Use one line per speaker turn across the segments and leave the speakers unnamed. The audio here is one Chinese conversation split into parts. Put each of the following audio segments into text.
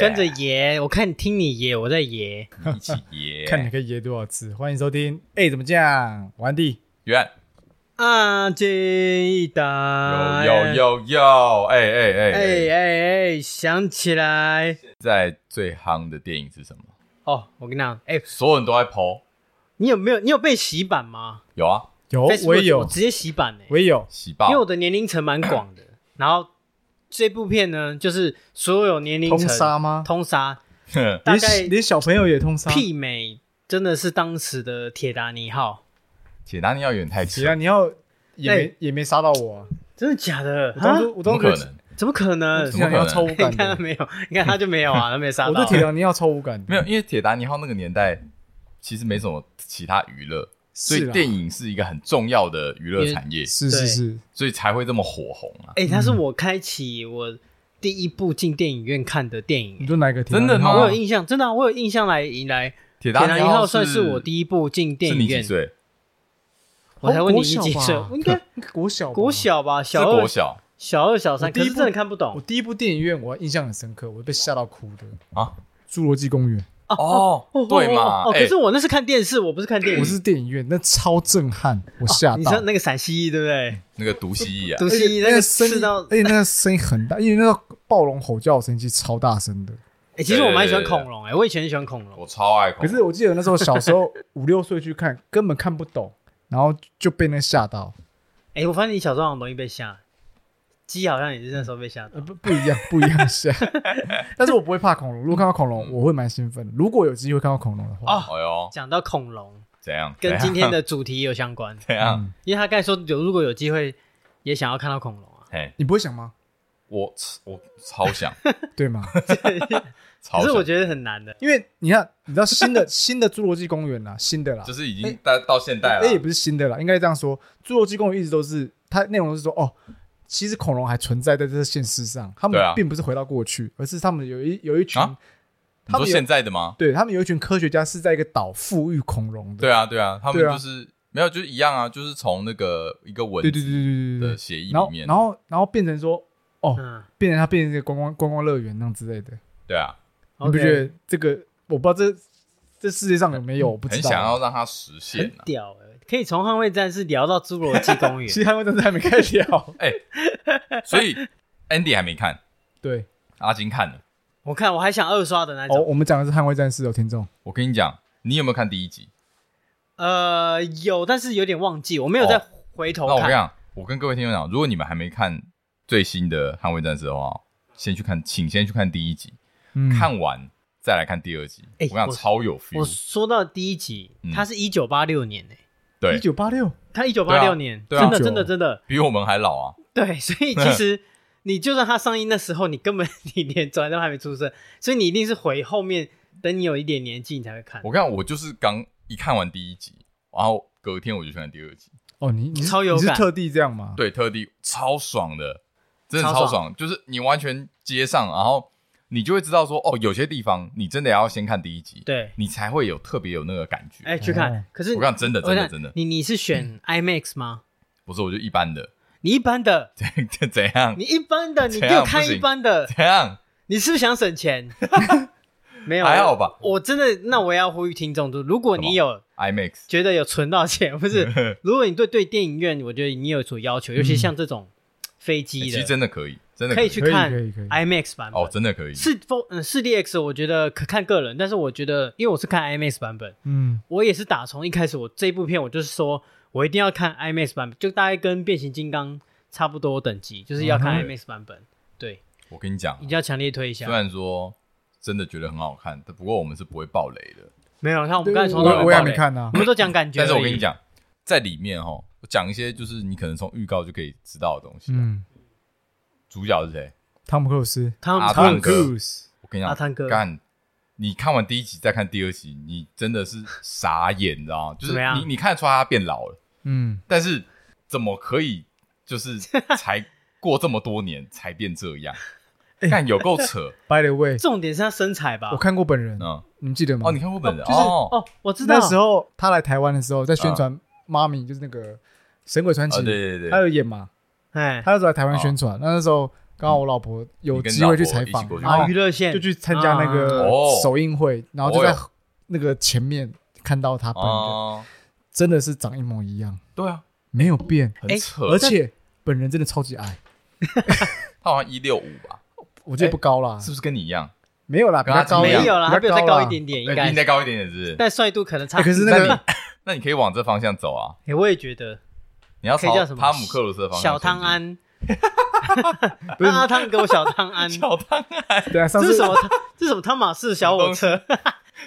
跟着爷，我看听你爷，我在爷。
一起耶
看你可以噎多少次。欢迎收听，哎、怎么讲？完地，
远
啊，这一打，
有有有有，哎哎
哎哎
哎哎，
哎，想起来
在最夯的电影是什么？
哦，我跟你讲，哎，
所有人都在剖，
你有没有你有被洗版吗？
有啊，
有
Facebook
哦我也有
我，直接洗版哎、
我也有，
喜报
因为我的年龄层蛮广的。然后这部片呢，就是所有年龄
通
层
杀吗？
通杀，
哼
大
连
概
连小朋友也通杀。
媲美真的是当时的铁达尼号，
铁达尼要远太
只
扯，
啊要你要也没、
哎
也没杀到我、啊，
真的假的
我？
啊
当初
怎
我当
么
初
可能？
怎么可能
只
怎？么
想
可
要
能
超无
你
感
看他
的，
没有，你看他就没有啊，他没杀
我
到
对。铁达尼要超无感的，
没有，因为铁达尼号那个年代其实没什么其他娱乐，所
是
以
啦
电影是一个很重要的娱乐产业，
是
对
是是，
所以才会这么火红啊。
哎、他是我开启我第一部进电影院看的电影、
你说哪个铁达
真
尼
的吗
号
我有印象，真的啊、我有印象来以来，
铁
铁达尼号
号
算
是
是我第一部进电
是
影
你几
院。
岁？
我才问你你
哦
几
国
岁
小吧？
我应该
国小吧
国。小吧，
是
小二
国、小
小二、小三，
我第
可
一
是
部
真的看不
我
懂
第一部电影院，我印象很深刻，我被吓到哭的
啊！
《侏罗纪公园
啊
哦
哦，
对嘛
哦哦，哦
哎
可是我那是看电视，我不是看电》，影。
我是电影院，那超震撼，我吓
哦你
到。
说那个陕西对不对？
那个毒蜥蜴啊，
毒
而且
蜥蜴那
哎个
个
声音
刺到，
而且那个声音很大，因为那个暴龙吼叫的声音其实超大声的。
哎，其实我蛮喜欢恐龙，哎，我以前很喜欢恐龙。
我超爱恐
可
龙。
是我记得那时候小时候五六岁去看，根本看不懂，然后就被那吓到。
哎，我发现你小时候好像容易被吓，鸡好像也是那时候被吓到
呃，。不不一样，不一样吓。但是我不会怕恐龙，如果看到恐龙，我会蛮兴奋的。如果有机会看到恐龙的
哦
话，
哎呦，
讲到恐龙，
怎样？
跟
怎样
今天的主题有相关，
怎样？
嗯，
因为他刚才说有如果有机会也想要看到恐龙 啊。
哎，
你不会想吗？
我我超 想，
对吗？
超
可是
想
我，觉得很难的，
因为你看，你知道新的新的侏罗纪公园啦，啊新的啦，
就是已经到到现代
那哎也
了
不。是新的啦，应该这样说，侏罗纪公园一直都是它内容是说哦。其实恐龙还存在在这个现世上，他们
对啊
并不是回到过去，而是他们有一有一群，
啊你
他
说
们有
现在的吗？
对他们有一群科学家是在一个岛富育恐龙的。
对啊，对啊，他们
对啊
就是没有，就是一样啊，就是从那个一个文
对对对对对对
的
对。
协议
然
里
后
面，
然后然后变成说，哦，
嗯，
变成它变成一个观光观光乐园那样之类的，
对啊，
你不觉
OK
得这个？我不知道这这世界上有没有，我不知
嗯很
道。
想要让它实现啊。
屌欸？可以从《捍卫战士》聊到《侏罗纪公园
其》，实他们真的还没开始哦聊。哎
所以 Andy 还没看，
对，
阿金看了。
我看我还想二刷的那
哦，
种。
我们讲的是捍卫战士哦，听众。
我跟你讲，你有没有看第一集？
呃，有，但是有点忘记，我没有再回头
哦那我跟你
看。
讲，我跟各位听众讲，如果你们还没看最新的《捍卫战士》的话，先去看，请先去看第一集，
嗯，
看完再来看第二集。
哎
我跟你讲，
我
超有
我
feel。
说到第一集，
嗯
它是一九八六年诶、欸
对
一，九八六，
它一九
对
八
啊
六年，
对啊
真的
19
真的真的，
比我们还老啊！
对，所以其实你就算它上映那时候，你根本 你连转都还没出生，所以你一定是回后面，等你有一点年纪你才会看，
我跟你讲，我就是刚一看完第一集，然后隔天我就去看第二集，
哦，你你是
超有
你是
感
特地这样吗？
对，特地超爽的，真的
超
超
爽
爽，就是你完全接上，然后你就会知道说，哦，有些地方你真的要先看第一集，
对
你才会有特别有那个感觉。
哎、去
哦
看。可是
我跟你讲，真的，
我
真的，
看
真的，
你你是选
嗯
IMAX 吗？
不是，我就一般的，
你一般的，
怎怎样？
你一般的，
怎
你给
样
我
不
看一
行
般的，
怎样？
你是不是想 省钱？没有，啊
还好吧
我真的，那我也要呼吁听众，就如果你有
IMAX
觉得有存到钱，不是，如果你对对电影院，我觉得你有所要
嗯
求，尤其像这种飞
欸
机
其实
的，
真的可以，真的
可以去
可以
看
可以可以
IMAX 版
哦，
本。
真的可以。
四风嗯四 D X，我觉得可看个人，但是我觉得，因为我是看 IMAX 版本，
嗯，
我也是打从一开始，我这部片我就是说我一定要看 IMAX 版本，就大概跟变形金刚差不多等级，就是要看
嗯哼
IMAX 版本。对，
我跟你讲
一，定要强烈推一下
虽。然说真的觉得很好看，但不过我们是不会爆雷的。
没有，你看我
对
们刚才从头到
我
尾
我也还
爆
没
雷，
看啊呢
我。们都讲感觉。
但是我跟你，讲，在里面哈，我讲一些就是你可能从预告就可以知道的东西。啊
嗯，
主角是谁？
汤姆克鲁斯，
汤
阿
姆
汤
汤
姆
姆
哥
克，
斯，
我跟你讲，
阿汤哥
干，你看完第一集再看第二集，你真的是傻眼，你知道吗？就是
怎么样
你你看得出来他变老了，
嗯，
但是怎么可以就是 才过这么多年才变这样？
哎
看有够 扯，
By the way，
重点是他身材吧？
我看过本人，
嗯，
你们记得吗？
哦，你看过本人
就是
哦，
哦，我知道
那时候他来台湾的时候，在宣传妈咪，就是那个《神鬼传奇
哦，》，对对
他
对，
有演嘛？
哎，
他那时候来台湾宣传，那那时候刚好我老婆有
你跟
机会
老
去
婆
采
一起
访，
过去
然后
啊，娱乐线
哦就去参加那个
啊
哦
首映会，然后就在
哦
那个前面看到他本人，
哦，
真的是长一模一样，
对啊，
没有变，
很
哎
扯，
而且本人真的超级矮，
他好像一六五吧，
我觉得不高啦，
是不是跟你一样？
没有啦，比
跟
他
他
高
没
一点，
有啦，他比
比
我
他
再
高
高
啦
一点点，应
哎比
该
你，再高一点点是不是？
但帅度可能差
哎。可是
那
那个
你那你可以往这方向走啊，
哎我也觉得
你要
可以
朝
叫什么
帕姆克鲁斯的方向。
小汤，安，让阿汤给我小汤 安，
小汤安，
对啊，上
这是
次
什么 汤？这是什么汤马士小 火车？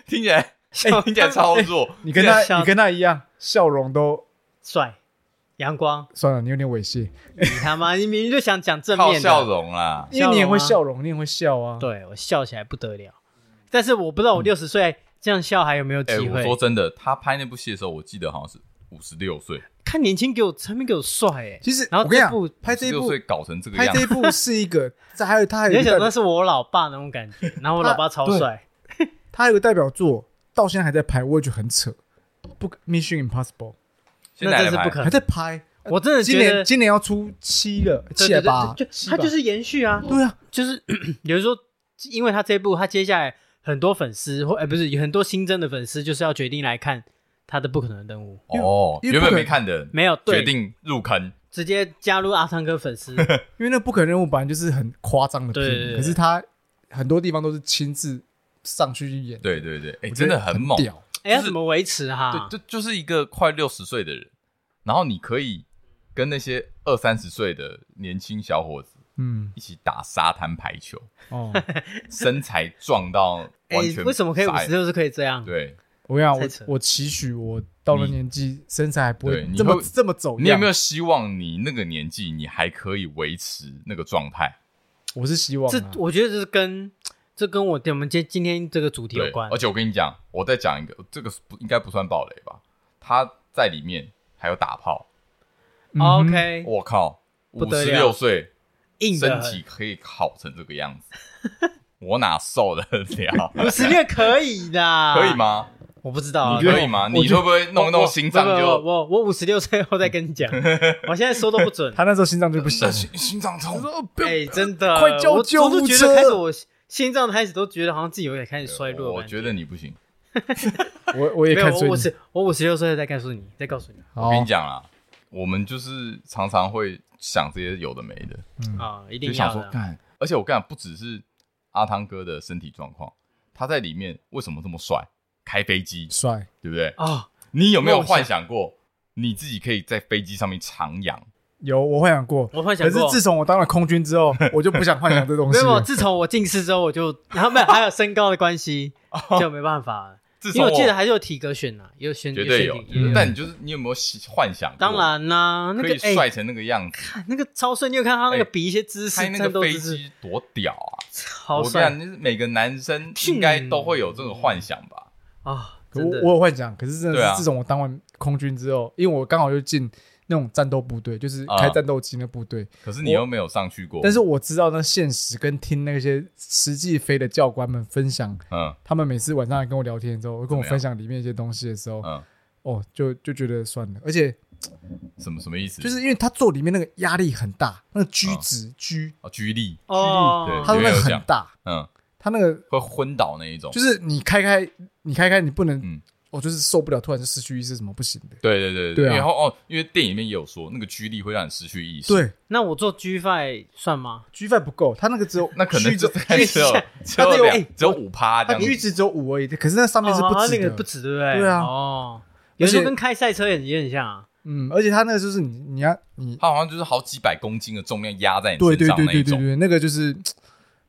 听起来
小
哎听起来超弱。
你跟
听起来
他你跟他一样，笑容都
帅，阳光，
算了，你有点猥亵，
你他妈，你明明就想讲正
靠
面
笑
的。
容啊啦，
因为你也会
笑啊
笑容，你也会笑啊，
对我笑起来不得了，但是我不知道我六十岁这样笑还有没有
嗯哎、
机
我
会
说。真的，他拍那部戏的时候，我记得好像是五十六岁，
看年轻给我，他们给我帅哎。
其实
然后
我跟你
这部
讲，拍这一
六
部
岁搞成这个
拍
样
这一
子，
部是一个， 这还有他还
你就
有一
想
个
那
代
是我老爸那种感 觉，然后我老爸超
对
帅，
他还有一个代表作，到现在还在拍，我也觉得很扯。不，Mission Impossible
现
那
在
真是
还拍
不可
还
能。
在拍，
嗯我真的
今
觉
年
得，
今年要出七了，
对
七还
对
八
对，就
七
他
吧
就是延续啊，
对啊，
就是 有人说，因为他这一部，他接下来很多粉丝或哎、不是有很多新增的粉丝，就是要决定来看他的《不可能的任务》，
哦，
因为
原
不
本
可
没看的，
没有对
决定入坑，
直接加入阿汤哥粉 丝，
因为那不可能任务本来就是很夸张的
对对
片，
对
可是他很多地方都是亲自上去演，
对对对，哎、
我觉
真
得
的很猛，
屌。
哎、要怎么维持哈？
对，就就是一个快六十岁的人，然后你可以跟那些二三十岁的年轻小伙子
嗯，
一起打沙滩排球，
哦，
身材壮到
哎、
完全
为什么可以五
傻眼
十六是可以这样？
对
我跟你讲，
太
我
扯
我期许我到了年纪，身材还不
对你
这么
会
这么走样。
你有没有希望你那个年纪你还可以维持那个状态？
我是希望啊
这我觉得这是跟这跟我我们今今天这个主题有
对，
关
而，且我跟你讲，我再讲一个，这个是不应该不算暴雷吧？他在里面还有打炮，
嗯哼
哦 OK，
我靠，
哎
五
不得
十
了
六岁
硬的
身
很
体，可以烤成这个样子，我哪受得 了？
五十六可以的，
可以？吗？
我不知道啊，
你可以吗？
我
你
觉得
会不会弄一弄心脏
不不不
就
我我五十六岁后再跟你讲， 我现在说都不准。
他那时候心脏就不行
心
了，
心脏
我
痛
说？哦不要
哎、真的，
快叫
我
救
我都
护
觉
车
得开始我心脏开始都觉得好像自己有点开始衰弱的
我
感
觉得你不行。
我我也
没有，
看
我
最
五十，我五十六岁再告诉你，再告诉你
好
我跟你讲啦，我们就是常常会想这些有的没的，
啊、一
嗯就
定
想
要
说
的。
干。而且我跟你讲，不只是阿汤哥的身体状况，他在里面为什么这么帅？开飞机，
帅，
对不对？
哦，
你有没有
梦想
幻想过你自己可以在飞机上面徜徉？
有我幻想过，
我幻想
可
过
是自从我当了空军之后，我就不想幻想这东
没
西
有，
了。
自从我近视之后，我就然后没有，还有身高的关 系，就没办法了。
哦自
因
从
为我记得还是有体格选呐、也有选，
绝对有
选，体
绝对
嗯
但你就是你有没有喜幻想过？
当然啦、那
可
个
以
哎、
帅成那个样子，
那个超帅，你有看他那个
哎
比一些姿势
开，那
战
个
斗
飞
姿势
机多屌啊！
超
我
帅
看就是每个男生应该都会有这个幻想吧？
啊！
可
真
我
的
我有幻想，可是真
对
的
啊
是自从我当完空军之后，因为我刚好就进那种战斗部队，就是开
啊哦
战斗机那部队，
可是你又没有上去过，
但是我知道那现实跟听那些实际飞的教官们分享，
嗯
他们每次晚上来跟我聊天之后，会跟我
怎么样
分享里面一些东西的时候，
嗯，
哦，就就觉得算了，而且
什么什么意思？
就是因为他做里面那个压力很大，那个狙值狙，
哦，举例，
哦
对，
他说那个
有有
很
讲
大，
嗯，
他那个
会昏倒那一种，
就是你开开你开开你不能
嗯，
我就是受不了，突然就失去意识什么不行的，
对对对
对啊
然后哦，因为电影里面也有说，那个居力会让你失去意识，，
对。
那我做 G Five 算吗？
G five 不够，他那个只有
那可能
狙
就
值
是只有只
它只
有
有
两
哎
只有五趴这
它
样
狙
子，
值只有五而已，可是那上面是不
哦它
止
那
的，
个不止，对不对？
对啊
哦，有时
而
候
且
跟开赛车也也很像啊。
嗯，而且他那个就是你你要你
它好像就是好几百公斤的重量压在你
对
身
对
上
对
那一
对对
种，
对，那个就是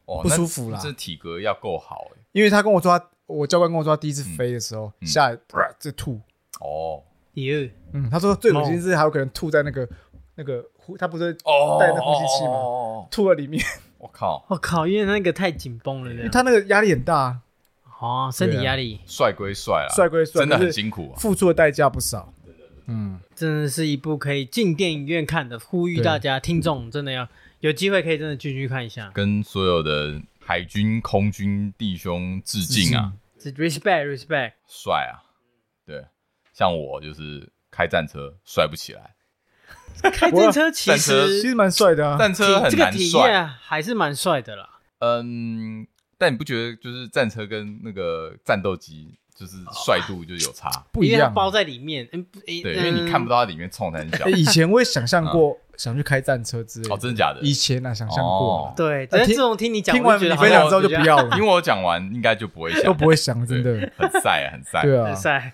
哦，
不
那
舒服啦
这体格要够好哎，
因为他跟我说他，我教官跟我说他第一次飞的时候、
嗯
下来啪就吐，
哦
耶，
嗯，他说最恶心是还有可能吐在那个那个呼，他不是
哦，
带那呼吸器吗
吗？
吐在里面，
我靠，
我靠，因为那个太紧绷了，
因为
这样
他那个压力很大啊，
哦，身体压力
帅归帅啦，
帅归帅，
真的
可
很
是
辛苦啊，
付出的代价不少，嗯，
真的是一部可以进电影院看的，呼吁
对
大家听众真的要有机会可以真的进去看一下。
跟所有的海军、空军弟兄致敬啊，
是 respect respect，
帅啊！对，像我就是开战车帅不起来，
开战车其
战
其
实
实蛮帅的啊。
战车
挺
很
这个
难
体
帅，
验还是蛮帅的啦。
嗯，但你不觉得就是战车跟那个战斗机就是帅度就有差？
不一
因为它
样啊，
包在里面，嗯，不诶
对，因为你看不到它里面冲很小
欸。以前我也想象过想去开战车之类
嗯哦，
的，
真的假的？
以前啊想象过
哦
啊
嗯。，对，但是
听
这种听你讲，
听完
我就觉得
你
好
分
像
享之后就
比
不
较
要
因
了，
为我讲完应该就 不会想，
都不会想，真的
对，。很晒，很晒。
对啊
很，晒。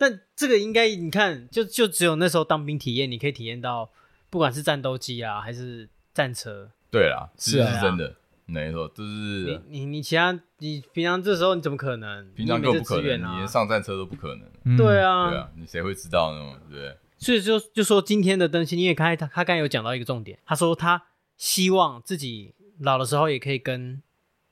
但这个应该你看，就就只有那时候当兵体验，你可以体验到，不管是战斗机啊，还是战车，
对啦，其实
是
是
啊
真的，没错，就是
你你你其他你平常这时候你怎么可能？
啊平常
你
更
没这
不可
资源
能，你
啊
连。上战车都不可能。
嗯
对，啊，
对啊，你谁会知道呢？对不对？
所以就就说今天的灯芯，因为刚才他他刚才有讲到一个重点，他说他希望自己老的时候也可以跟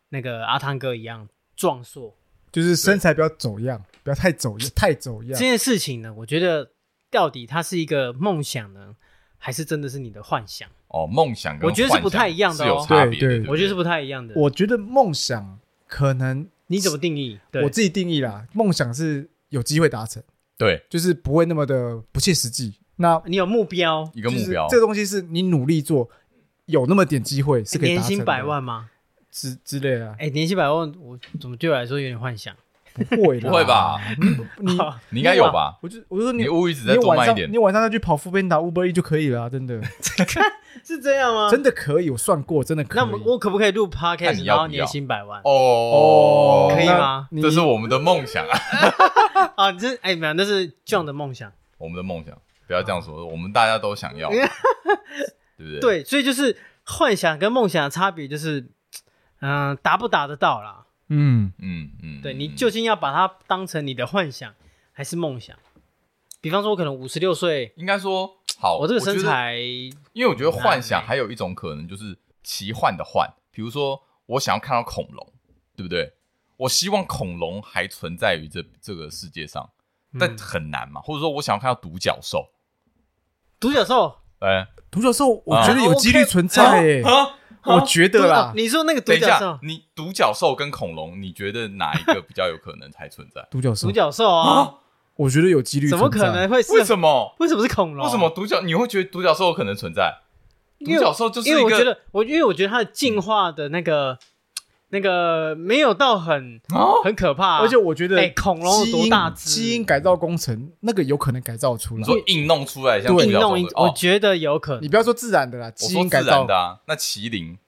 那个阿汤哥一样壮硕。
就是身材不要走样，不要太走样，太走
这
样。
件事情呢，我觉得到底它是一个梦想呢，还是真的是你的幻想？
哦，梦想跟
我觉得是
幻想
不太一样的哦
是有差别的。
对对
不
我觉得是不太一样的。
我觉得梦想可能
你怎么定义？对
我自己定义啦，梦想是有机会达成，
对
就是不会那么的不切实际。那
你有目标，
一个
就是
目标，
这个东西是你努力做，有那么点机会是可
哎
以
年
达成
薪
的
百万吗？
之之类的啊，
哎、年薪百万，我怎么对我来说有点幻想？
不会啦
不会吧？？
啊
你
你应该有吧？
我就我就说你
你物一直在
你
做
晚
慢一
上
点
你，晚上再去跑副边打 Uber E 就可以了啊，真的。
是这样吗？
真的可以，我算过，真的可以。
啊那我我可不可以录
那你
podcast，
要
然后
不
年
要
薪百万？
哦，
可以
那
吗
你
这是我们的梦想啊，
啊，这哎没有，那是 John 的梦想。
我们的梦想。不要这样说，我们大家都想 要，对不对？，
对，所以就是幻想跟梦想的差别就是，嗯、达不达得到啦。
嗯，
嗯嗯，
对
嗯
你究竟要把它当成你的幻想还是梦想？比方说，我可能五十六岁，
应该说好，
我这个身
觉得
材，
因为我觉得幻
很烂
想
欸
还有一种可能就是奇幻的幻，比如说我想要看到恐龙，对不对？我希望恐龙还存在于这这个世界上，但
嗯
很难嘛。或者说我想要看到独角兽，
独角 兽，
哎、
独角兽我
啊
觉得有几率存在诶、
啊，
我觉得
独
啦，？
你说那个独
等一
角
下
兽，，
你独角兽跟恐龙，你觉得哪一个比较有可能才存 在
独角兽
独，角兽啊，
我觉得有几率
怎
存
么
在。
可能会是？
为什么？
为什么是啊恐龙？
为什么？独角你会觉得独角兽有可能存在？独
因为
角兽就是
因为
一
我觉
个
得，我因为我觉得它的进化的那个、那个没有到很
哦，
很可怕啊、
而且我觉得
哎恐龙有
基
多
因
大只
基因改造工程那个有可能改造出
你
来。
说硬弄出来像独
硬
角兽
弄
的
一，
哦
我觉得有可能。
你不要说自然的啦，
我
基
说
因改
自
造
然的啊，那麒麟、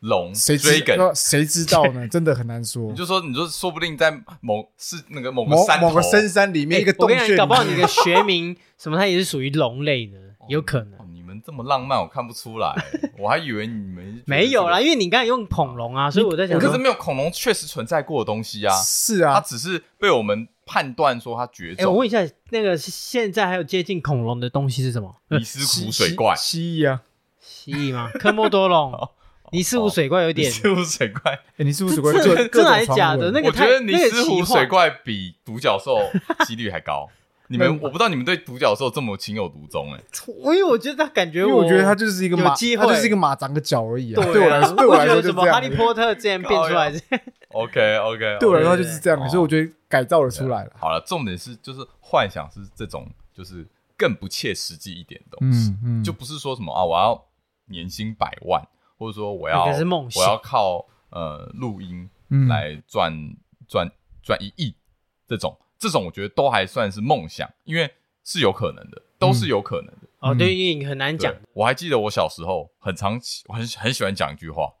龙、
谁知
啊
dragon，
谁知道 呢？真的很难说
你。就说你就说不定在某是那个某个
某
山头
某个深山里面
哎
一个
我
洞
跟你讲，
穴里
搞不好你
面，
的学名 什么，它也是属于龙类的，有可
哦
能。
你们这么浪漫，我看不出来，我还以为你们
没有啦，
了。
因为你刚才用恐龙啊，所以我在想
可
说，
是没有恐龙确实存在过的东西啊，
是
它
啊，
只是被我们判断说它绝
哎、我
种，
问一下，那个现在还有接近恐龙的东西是 什么？
尼斯湖
蜥
水怪，
蜥蜥蜴啊，
蜥蜴吗？科莫多龙
哦、
尼斯湖水怪有
尼
点，
斯湖水怪，
哎，你是不
这
是各
这
各
这
种
哪是
传
假的
闻
那个
我觉
太
得尼
那个
斯
奇
湖
幻
水怪比独角兽几率还 高。你们我不知道你们对独角兽这么情有独钟哎，
我因为我觉得他感觉
因为
我
我觉得它就是一个
有
马，
机
它就
会
是一个马长个脚而已啊。
啊
对我来说，对
我
我来
觉得
说
什
就是
么哈
这样
利
而已。
波特之前变出来的，
OK OK，
对我来
对
说
啊
就
对
是这样
哦
的，所以我觉得改造了出来了。
好了，重点是就是幻想是这种就是更不切实际一点的东西，
嗯嗯，
就不是说什么啊我要年薪百万，或者说我要
那个是梦想
我要靠呃录音
嗯
来赚赚赚一亿这种，这种我觉得都还算是梦想，因为是有可能的，都是有可能的。
哦，
嗯
对，因为你很难讲
对，我还记得我小时候很常喜我很很喜欢讲一句话，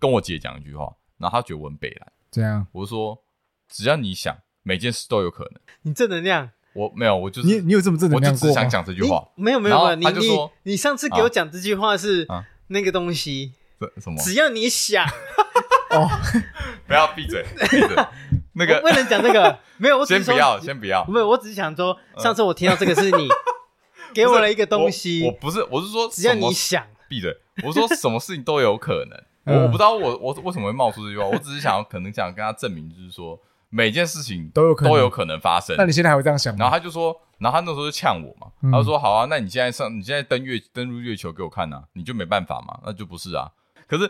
跟我姐讲一句话，然后她觉得我很北蓝，
这样。
我就说只要你想，每件事都有可能。
你正能量。
我没有，我就是
你你有这么正能
我就
量
只
过
想
吗？
讲这句话。
没有没有
啊然
没
后他
有，你
就
你
说
你上次给我讲这句话是
啊
那个东西，
这什么？
只要你想，
哦，
不要闭嘴，闭 嘴。那
我为
个
了讲这个，没 有，我只
先
是说
不要，先不 要。
没有，我只是想说，
嗯
上次我听到这个是 你给我了一个东西
我，我不是，我是说
只要
什么
你想，
闭嘴。我说什么事情都有可 能。
嗯
我我不知道我我为什么会冒出这句话，我只是想要可能想跟他证明，就是说每件事情
都有可能
都有可能发生
那。你现在还会这样想
然
吗？
后他就说，然后他那时候就呛我嘛，
嗯
他就说好啊，那你现在上，你现在登月登陆月球给我看呐、啊，你就没办法嘛，那就不是啊。可是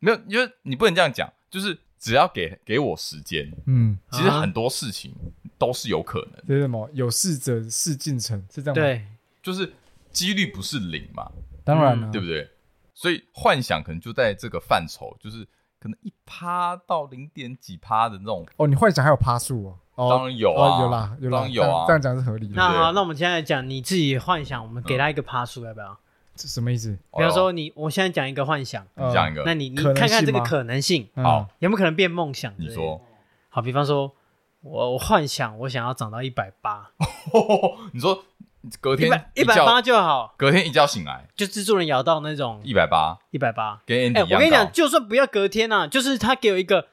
没有，因为你不能这样讲，就是只要给给我时间，
嗯，
其实
啊
很多事情都是有可能，
这是什么？有事者事竟成，是这样吗？
对，
就是几率不是零嘛，
当然了、
嗯
对不对？所以幻想可能就在这个范畴，就是可能一趴到零点几趴的那种，
哦，你幻想还有趴数哦，哦，
当然有啊，
哦有啦，有啦，
当然有啊
这样这样讲是合理的。
那好，那我们现在讲你自己幻想，我们给他一个趴数，要不
哦
要？
这什么意思？
比方说你，我现在讲一个幻想，
哎呦你讲一个，
那你你
可能性
看看这个
吗
可能性
嗯
好，
有没有可能变梦想？
你说，
好，比方说我我幻想我想要长到一百八，
你说隔
一
天
百一百
觉
八就好，
隔天一觉醒来
就制作人摇到那种
一百八，
一百八。
跟 Andy
哎、
一
我
样
跟你
高
讲，就算不要隔天啊，就是他给我一个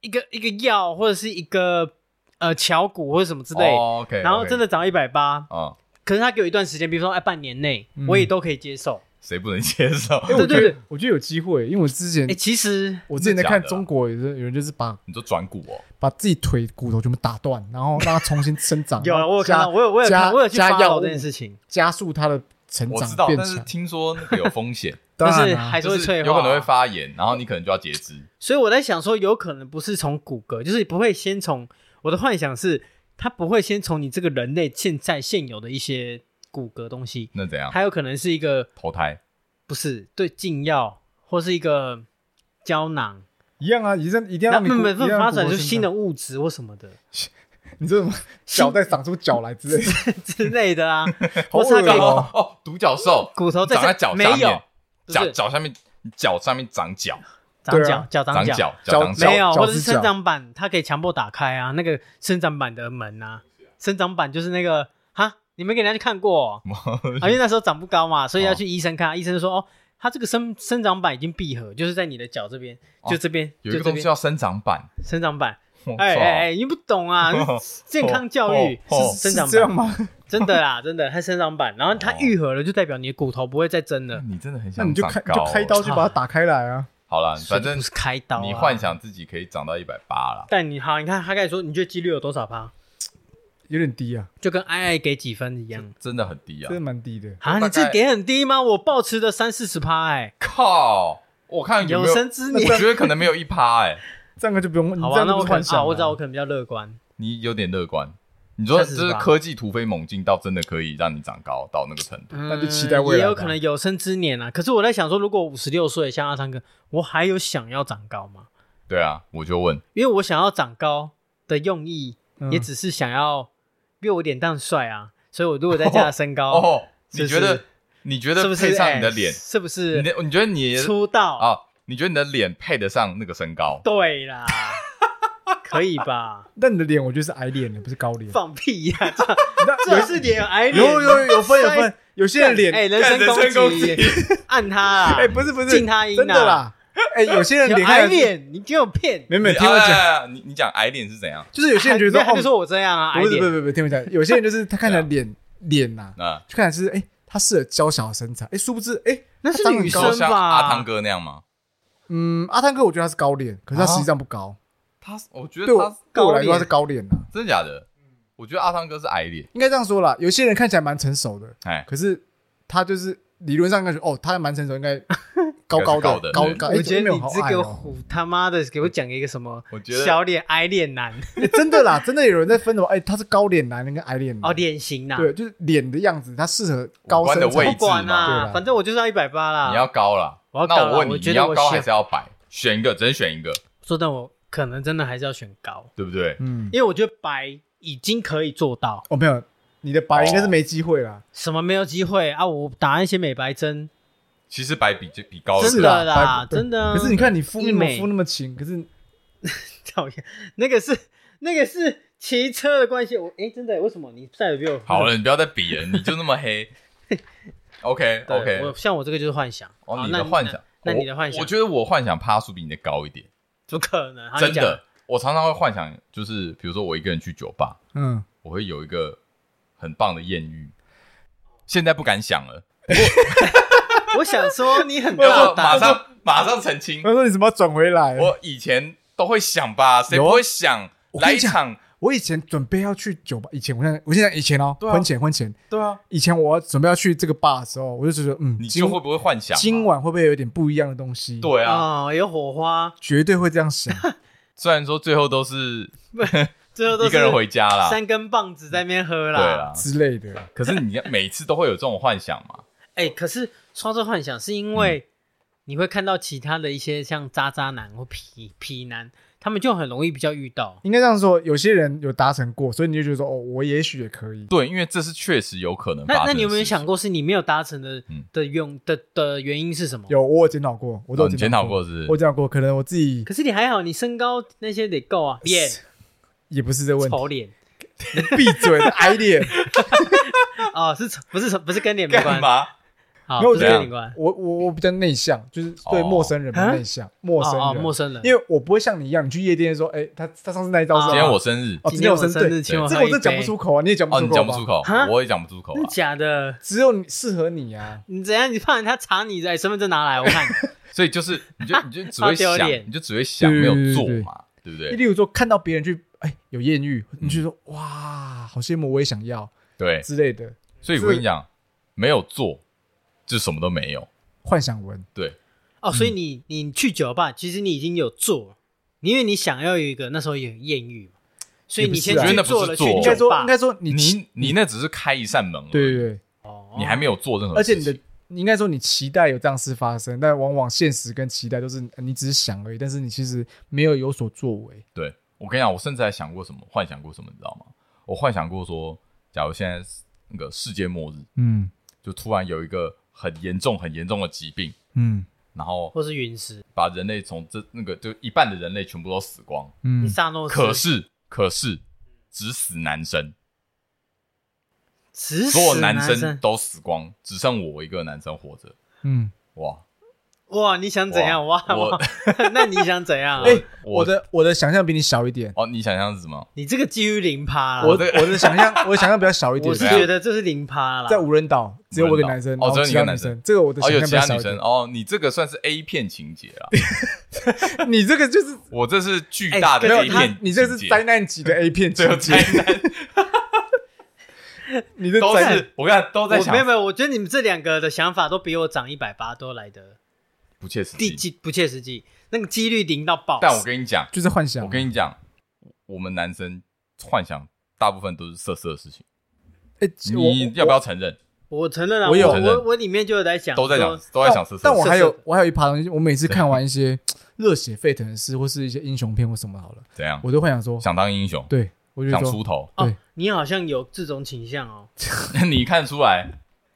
一个一个药或者是一个呃巧骨或者什么之类，
哦，OK，
然后真的长一百八，
啊，嗯
可是他给我一段时间，比如说哎半年内，
嗯
我也都可以接受。
谁不能接受？
哎，
对
我
对
觉
对
得，我觉得有机会，因为我之前
哎、其实
我之前在看
真的假的啊
中国，有人有人就是把
你说转股哦，
把自己腿骨头全部打断，然后让它重新生长，
有
然
了，
后
我有看
加
到，我有我有
加
看，我有去
加
发
药
到
物
这件事情，
加速它的成
我知
长
道，
变
但是
强。
听说那个有风险，
当
但
然
是
啊
还是
就
会
是
脆化，
有可能会。发炎，然后你可能就要截肢。
所以我在想说，有可能不是从骨骼，就是不会先从我的幻想是，它不会先从你这个人类现在现有的一些骨骼东西，
那
啊
怎样？
它有可能是一个
投胎？
不是对禁药或是一个胶囊，
一样啊，一定一定要
然后
让你
慢
骨
慢
一定要
发
让
展
骨头
出
生
新
长
的物质或什么的
你这种脚再长出脚来之类 的，
之类的啊，
好
或是它
恶
可以
哦
哦 哦，独角兽
骨头在
长
上
在脚
没
下
有
面，
不
脚
是
脚下面，脚上面长脚，
长
对
脚
啊
脚长脚。
脚，脚长
脚
没有，
脚
或者是
趾
生
甲
长板，它可以强迫打开啊，那个生长板的门啊，生长板就是那个哈，你没给人家去看过 哦、啊，因为那时候长不高嘛，所以要去医生看，医生就说哦，它这个生生长板已经闭合，就是在你的脚这边，
哦
就这边，
有一
就
个
这
东西
边
叫生长板。
生长板。
我
哎哎
操
哎，你不 懂啊，健康教育
哦哦
生长
是这样
板，
吗？
真的啦，真的，它生长板，然后它
哦
愈合了，就代表你的骨头不会再增了。
你真的很
那
想
你就
长
开
高
就开刀
哦
去把它打开来啊！
好了，反
所以
正
不是开刀啊，
你幻想自己可以长到一百八了。
但你好，你看他刚才说，你觉得几率有多少趴？
有点低啊，
就跟爱爱给几分一样。
真的很低啊
真！的蛮低的。
啊，
大
你这
概
给很低吗？我抱持的三四十趴，哎，
靠，我看有
有
没有，
生之年。
我觉得可能没有一趴哎，
这样就不用，你
好
这
吧，
样
那
就
我
不
可
幻
能啊，
想
我知道，我
了。
可能比较乐观。
你有点乐观。你说
38
就是科技突飞猛进到真的可以让你长高到那个程度，
那
那就期待未
嗯
来
也有
吧
可能有生之年啊。可是我在想说，如果五十六岁像阿汤哥，我还有想要长高吗？
对啊，我就问，
因为我想要长高的用意
嗯
也只是想要，因为我脸蛋帅啊，所以我如果再加上身高，
哦，你
是
觉
不是
得你觉
是不
得
是
配上
哎
你的脸，
是不
你
是
的你觉得你
出道？
啊，你觉得你的脸配得上那个身高？
对啦，可以吧？
但你的脸，我觉得是矮脸的，不是高脸。
放屁呀！
那
这
有
是脸癌脸，
有有有分 有分，有些人脸
哎，人身
干人身
攻
攻
击
击，
按他啊！
哎不是不是，
敬他音啊
真的啦。哎，有些人
有
脸
矮
看起来，
脸，你给我骗！
没
你
没听我讲，
讲，哎你你讲矮脸是怎样？
就是有些人觉得
哎没有他就
哦，
说我这样啊，矮
不是不
脸。
是不是，听我讲，有些人就是他看 起来
对啊
脸脸呐，
啊，
就看起来是哎，他适合娇小的身材，哎，殊不知哎，
那是女
你
生
说像
吧
阿汤哥那样吗？
嗯，阿汤哥我觉得他是高脸，可是他实际上不高，
他我觉
对
得他
我对我来
高脸
说他哦是高脸呐。
真的假的？我觉得阿汤哥是矮脸，
应该这样说啦，有些人看起来蛮成熟的，
哎，
可是他就是理论上感觉哦，他蛮成熟，应 该高高
高
的
的
高
对
高。
我觉得你
好
这
矮
个
哦，
虎他妈的给我讲一个什么
我觉得
小脸矮脸 男
哎真的啦，真的有人在分什么？哎，他是高脸男跟矮脸
哦，
男，
脸型呐，
对，就是脸的样子，他适合
五
高
官的
身
位
不
材
置。
管
嘛对
啦，
啦
反正我就是要一百八啦。
你要高了，
啊我要高
那
啦
我问
我
你，
觉
你
得
要
我
高还
想
是要白？选一个，只能选一个，
说真的，我可能真的还是要选高，
对不对？
嗯，
因为我觉得白已经可以做到，
哦，没有，你的白应该是没机会啦。
什么没有机会啊？我打那些美白针，
其实白比这比高
真
更
的
白
啦，
对
真的啊。
可是你看你敷
医
那么
美
敷那么勤，可是
讨厌，那个是 那个是骑车的关系。我哎、真的为什么你晒的比我
好了，你不要再比了，你就那么黑。OK
对
OK，
我像我这个就是幻想。好
哦，你
那
的幻想，
那那你
我
的幻想，
我觉得我幻想趴数比你的高一点，
不可能，好
真。
你讲
的。我常常会幻想，就是比如说我一个人去酒吧，
嗯，
我会有一个很棒的艳遇。现在不敢想了，
我想说你很
不要
大
马
胆，
上马上澄清，
他说你怎么要转回来？
我以前都会想吧，谁不会想
啊我跟
来
你
一
讲
场？
我以前准备要去酒吧，以前我现在我现在以前哦，
对啊
婚前婚前，
对啊，
以前我准备要去这个 bar 的时候，我就觉得嗯，
你
今
就会不会幻想嘛？啊
今晚会不会有点不一样的东西？
对啊，
哦，有火花，
绝对会这样想。
虽然说最后都是
最后都
一
是
个人回家啦。
三根棒子在那边喝
对
啦。
啦，
之类的。
可是你要每次都会有这种幻想嘛？
哎、可是双周幻想是因为你会看到其他的一些像渣渣男或皮皮男，他们就很容易比较遇到。
应该这样说，有些人有达成过，所以你就觉得说，哦，我也许也可以。
对，因为这是确实有可能发
那
生。
那你有没有想？过，是你没有达成的
嗯
的用的的原因是什么？。
有，我有检讨过，我都
哦
有
你
检
检讨
过，
过是
我
不
有
是？
检讨过，可能我自己
可是你还好，你身高那些得够啊，脸
也不是这问题。
丑脸
闭嘴，矮 脸。
哦，是丑不是丑不是跟脸没
干
关，
嘛？
好，
没有
不是
这
跟
样
脸有关，
我我我比较内向，就是对
哦
陌生人比较内向，陌生
啊哦哦
人，
陌生人，
因为我不会像你一样，你去夜店说，哎，他他上次那一招是
哦
今
吧
天我生日
哦，
今
今天
天
我
我
生
生
日
日，请我
对
这
喝
个我
一
真的讲不
杯，
出口啊，你也讲不
哦，
出
你
口，
讲不出，口
哈，
我也讲不出口
真的
啊。
假的？
只有你适合你啊。
你怎样？你怕人家查你的身份证拿来？我看
所以就是，你就你就只会
好丢
想，
脸
你就只会想，
对
没
对
有
对
做
对
嘛，对不对？嗯
例如说，看到别人去，哎，有艳遇，你就说，哇，好羡慕，我也想要
对，
之类的
所以我跟你讲，没有做就什么都没有。
幻想文。
对，
哦，所以你你去酒吧，其实你已经有做了，因为你想要有一个那时候有艳遇嘛，所以
也不
你
是
先
我
去
啊
觉得那不
做
是
了，去
做
酒吧
应该说，应该说你期
你你那只是开一扇门而已，
对对对，
哦
你还没有做任何
而且
事
你
情，
的你应该说你期待有这样事发生，但往往现实跟期待都是呃你只是想而已，但是你其实没有有所作为。
对我跟你讲，我甚至还想过什么，幻想过什么，你知道吗？我幻想过说，假如现在那个世界末日，
嗯
就突然有一个很严重、很严重的疾病，
嗯
然后
或是陨石，
把人类从这那个就一半的人类全部都死光，
你
嗯，
萨诺斯
可是可是只死男生，
只
所有
死
男
男
生都死光，只剩我一个男生活着，
嗯，
哇！
哇，你想怎样？哇
哇我
哇， 那你想怎样？啊
哎、
我
我的我的想象比你小一点，
哦，你想象是什么？
你这个几乎零趴啦，
哦
我的我的想象我的想象比较小一点。
我是
怎样
觉得这是零趴啦。
在无人岛只有我一个男生，
无人岛
然后
哦
其他
只有你一个男生
女生，这个我
哦，
的想
有
象比
其
较
他
小
女
一
生
点。
哦，你这个算是 A 片情节啊，
你这个就是
我这是巨大的
哎没有
A
他
片，
你这个是 灾，难级的 A 片情节，你这
都
灾难
是我跟你讲都在
我
想
没有没有，我觉得你们这两个的想法都比我长一百八都来的
不切实
地
际。
几不切实际，那个几率零到爆。
但我跟你讲，
就是幻想。
我跟你讲，我们男生幻想大部分都是色色的事情，
哎，我
你要不要承认？
我承认啊，
我
我
有
承认
我我里面就有在想，
都在讲
说，
都在想色色
但
的事
我
情。
还有我还有一趴东西，我每次看完一些热血沸腾的事，或是一些英雄片或什么好了，
怎样？
我都会想说，
想当英雄，
对我就
想
说
出头，
哦
对，
你好像有这种倾向哦。
你看出来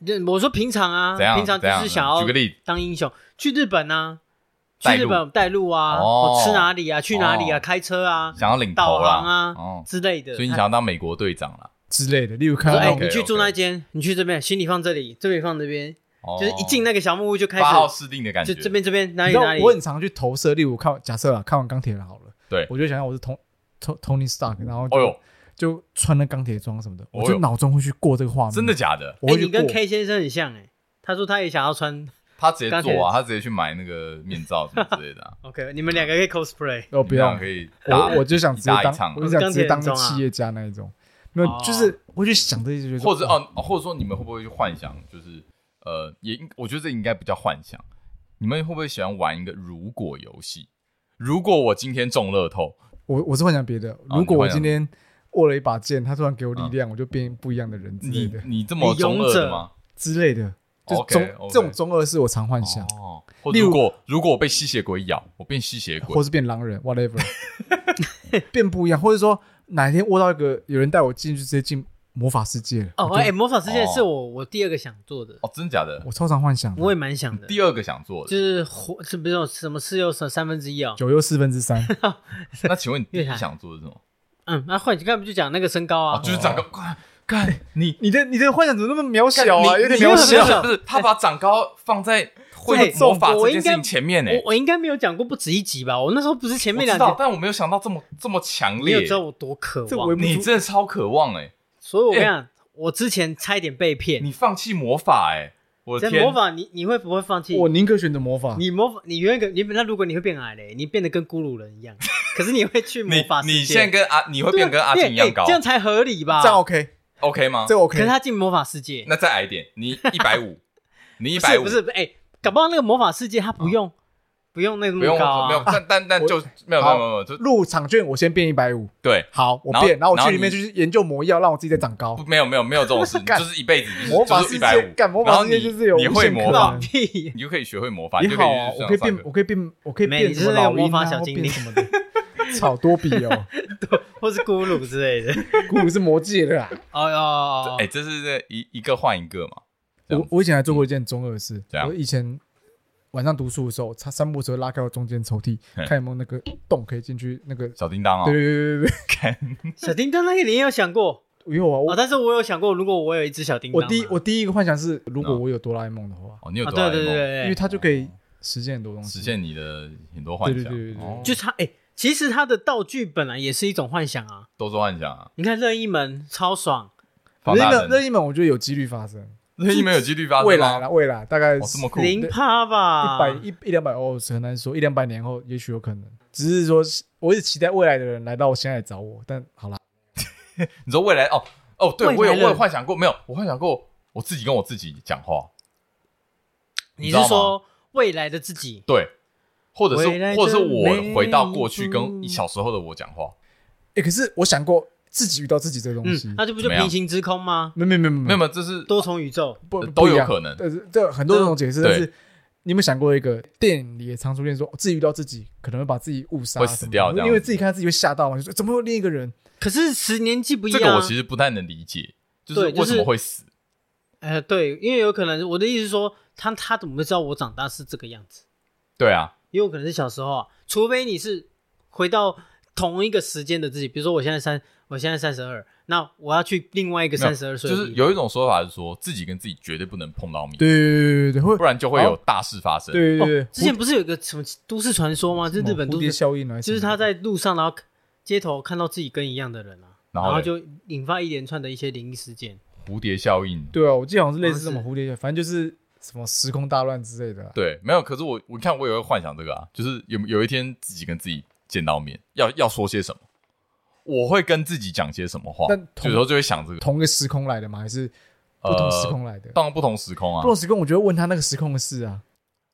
就我说平常啊，
怎样？
平常就
怎样
是想要
举个例子，
当英雄，去日本啊，去
带路
日本带路啊，
哦
吃哪里啊，去哪里啊，
哦
开车啊，
想要领
导
头啦
航啊、
哦，
之类的。
所以你想要当美国队长啦。
之类的，例如看
说，
到
哎、
那
哦
种
你去
OK，OK
住那间，你去这边，行李放这里，这边放这边，
哦
就是一进那个小木屋就开始
八，号司令的感
就
觉，
这边这边哪
你
里
知道
哪里。
我很常去投射，例如看假设啊，看完钢铁人好了，
对
我就想象我是 Tony Tony Stark，然后
哦呦，
就穿了钢铁装什么的，我
哦
就
哟
脑中会去过这个画面，
真的，假的？
我
哎、
会去
你跟
过。
K 先生很像哎、他说他也想要 穿
他直接
钢铁
做啊，他直接去买那个面罩什么之类的啊。
OK，你们两个可以 cosplay。
哦， 不要
你这样可，以打
我我就想直接
一大一
当
场，
我就想直接当
钢铁人装啊
企业家那一种，没有，
哦
就是我去想这些，就觉得
或者，哦，或者说你们会不会去幻想，就是呃，也应我觉得这应该不叫幻想，你们会不会喜欢玩一个如果游戏？如果我今天中乐透，
我我是幻想别的。
哦
如果
你
我
幻想嗯
今天握了一把剑，他突然给我力量，我就变不一样的人之类
你
的
你这么
你勇
中二的
者
吗？
之类的，就
嗯哦 OK，
中
OK
这种中二是我常幻想，
哦，或
例
如
如
果如果我被吸血鬼咬，我变吸血
或
鬼，
是变狼人，whatever，变不一样，或者说哪一天握到一个有人带我进去，直接进魔法世界了。
哦，
我就
哎、魔法世界是
哦
我我第二个想做的，
哦，真的假的？
我超常幻想的，
我也蛮想的。
第二个想做的，
就是火，是不是有什么四又三三分之一哦？
九又四分之三，
那请问你第
越
一
南
想做的是什么？
嗯，那换你刚才不就讲那个身高
啊，
啊？
就是长高，快干你
你的你的幻想怎么那么渺
干
小啊？
你
有点
你
没有
渺
不是
小
很。
不是，他把长高放在会
对
魔法这
我
件
应
事
该
情前面呢。欸
我我应该没有讲过不止一集吧？我那时候不是前面两
我知道
集，
但我没有想到这么这么强
你有
烈
知。道我多渴
这
望
我，也不
你
出
真的超渴望哎，
所以我跟你
哎
讲，我之前差一点被骗。
你放弃魔法哎，我的
在
天
模，仿你，你会不会放弃？
我宁可选择魔法。
你模仿你原本你那如果你会变矮嘞，你变得跟咕噜人 一样，可是你会去魔
你
法世界，
你现在跟阿你会
对啊
变跟阿静一样
哎
高
这样才合理吧
这？样 OK，
，OK 吗
这？
可
OK
是。他进魔法世界，
那再 矮一点，你一百五，你一
不
百
是
五哦
不，是哎，搞不好那个魔法世界他不用不用那
不
么
用
高
没有，
啊，
但但但
我
就没有没有
好
没有没有，就
入场券我先变一百五，
对，
好，我
然后
变，然后我
然后
去里面
你
就是研究魔药，让我自己再长高
不。没有没有没有这种事，
干
就是一辈子
魔法
就是
世
一百
界
五，
干魔
然
法
后
世界
你
就是有
你
无
会
限可
魔
能
法
放屁！
你就可以学会魔法，
你
你就可以
好
去
啊，我
上
可以
上
变
课，
我可以变，我可以
没，
变
你
什
是
么
那个
老
魔
鹰
法
啊，
小
或
精
变
灵
什么的， 草多比哦，
或是咕噜之类的。
姑姑是魔界的啦。啊
哦哟，
哎，这是这一一个换一个嘛，这样
我
子嗯
我以前还做过一件中二的事
怎，样
我以前晚上读书的时候，他三步车拉开我中间抽屉，
嘿
看有没有那个洞可以进去那个。
小叮当哦
对，对对 对对，
小叮当那个你也有想过
对有啊，
哦，
我
但是我有想过，如果我有一只小叮当
我
嘛，
第一我第一个幻想是，如
嗯
果我有哆啦 A 梦的话，
哦，你有
啊，
多少
对对对
因为
对，
它就可以实现很多东西。
哦实现你的很多幻
对
想，
对对对对
哦
就他哎，其实他的道具本来也是一种幻想啊。
都是幻想啊。
你看任意门超爽，
放
任
大
意门，
人
任意门我觉得有几率发生，
任意门有几率发生吗
未来啦，未来大概
哦这么酷
零趴吧，
一百一一两百哦，是很难说，一两百年后也许有可能，只是说我一直期待未来的人来到我现在来找我，但好啦，
你说未来哦哦，对我
未来
有我
人
有幻想过，没有我幻想过我自己跟我自己讲话，
你
知道
是
吗
说未来的自己？
对，或者是
未来的
或者是我回到过
每
去
一
跟
步
小时候的我讲话，
诶，可是我想过自己遇到自己这个东西
嗯，，那这不就
怎么样
平行之空吗？
没有没有没有
没
没
有
有
没有，这是
多重宇宙，
不
都有
不一样
可能
但是这很多种解释，
对
但是你有没有想过一个电影里也常出现说哦自己遇到自己可能会把自己误杀，
会死掉
什么
这样
的
子
因为自己看到自己会吓到嘛，就说怎么会有另一个人？
可是十年纪不一
这
样、
个
啊。
我其实不太能理解，就是
对
为
就
什
是
么会死？
呃，对，因为有可能我的意思是说，他他怎么会知道我长大是这个样子？
对啊，
因为我可能是小时候啊，除非你是回到同一个时间的自己，比如说我现在三，我现在三十二，那我要去另外一个
没有
三十二岁
就
的地
是
方，
有一种说法是说自己跟自己绝对不能碰到面，
对对对对对对，会
不然就会有大事发生。
对对对，
哦，之前
蝴
不是有一个什么都市传说吗？就是日本
蝴
都
蝶
市，
效应啊，
就是他在路上，然后街头看到自己跟一样的人啊，
然
然
后嘞
就引发一连串的一些灵异事件。
蝴蝶效应，
对啊，我记得好像是类似什么
好像
蝴蝶效应，反正就是什么时空大乱之类的啊。
对，没有。可是我我看我也会幻想这个啊，就是有有一天自己跟自己见到面，要要说些什么，我会跟自己讲些什么话，
但
有
同
时候就会想这个。
同一个时空来的吗？还是
呃
不同时空来的？
当然不同时空啊
不，同时空，我觉得问他那个时空的 事啊。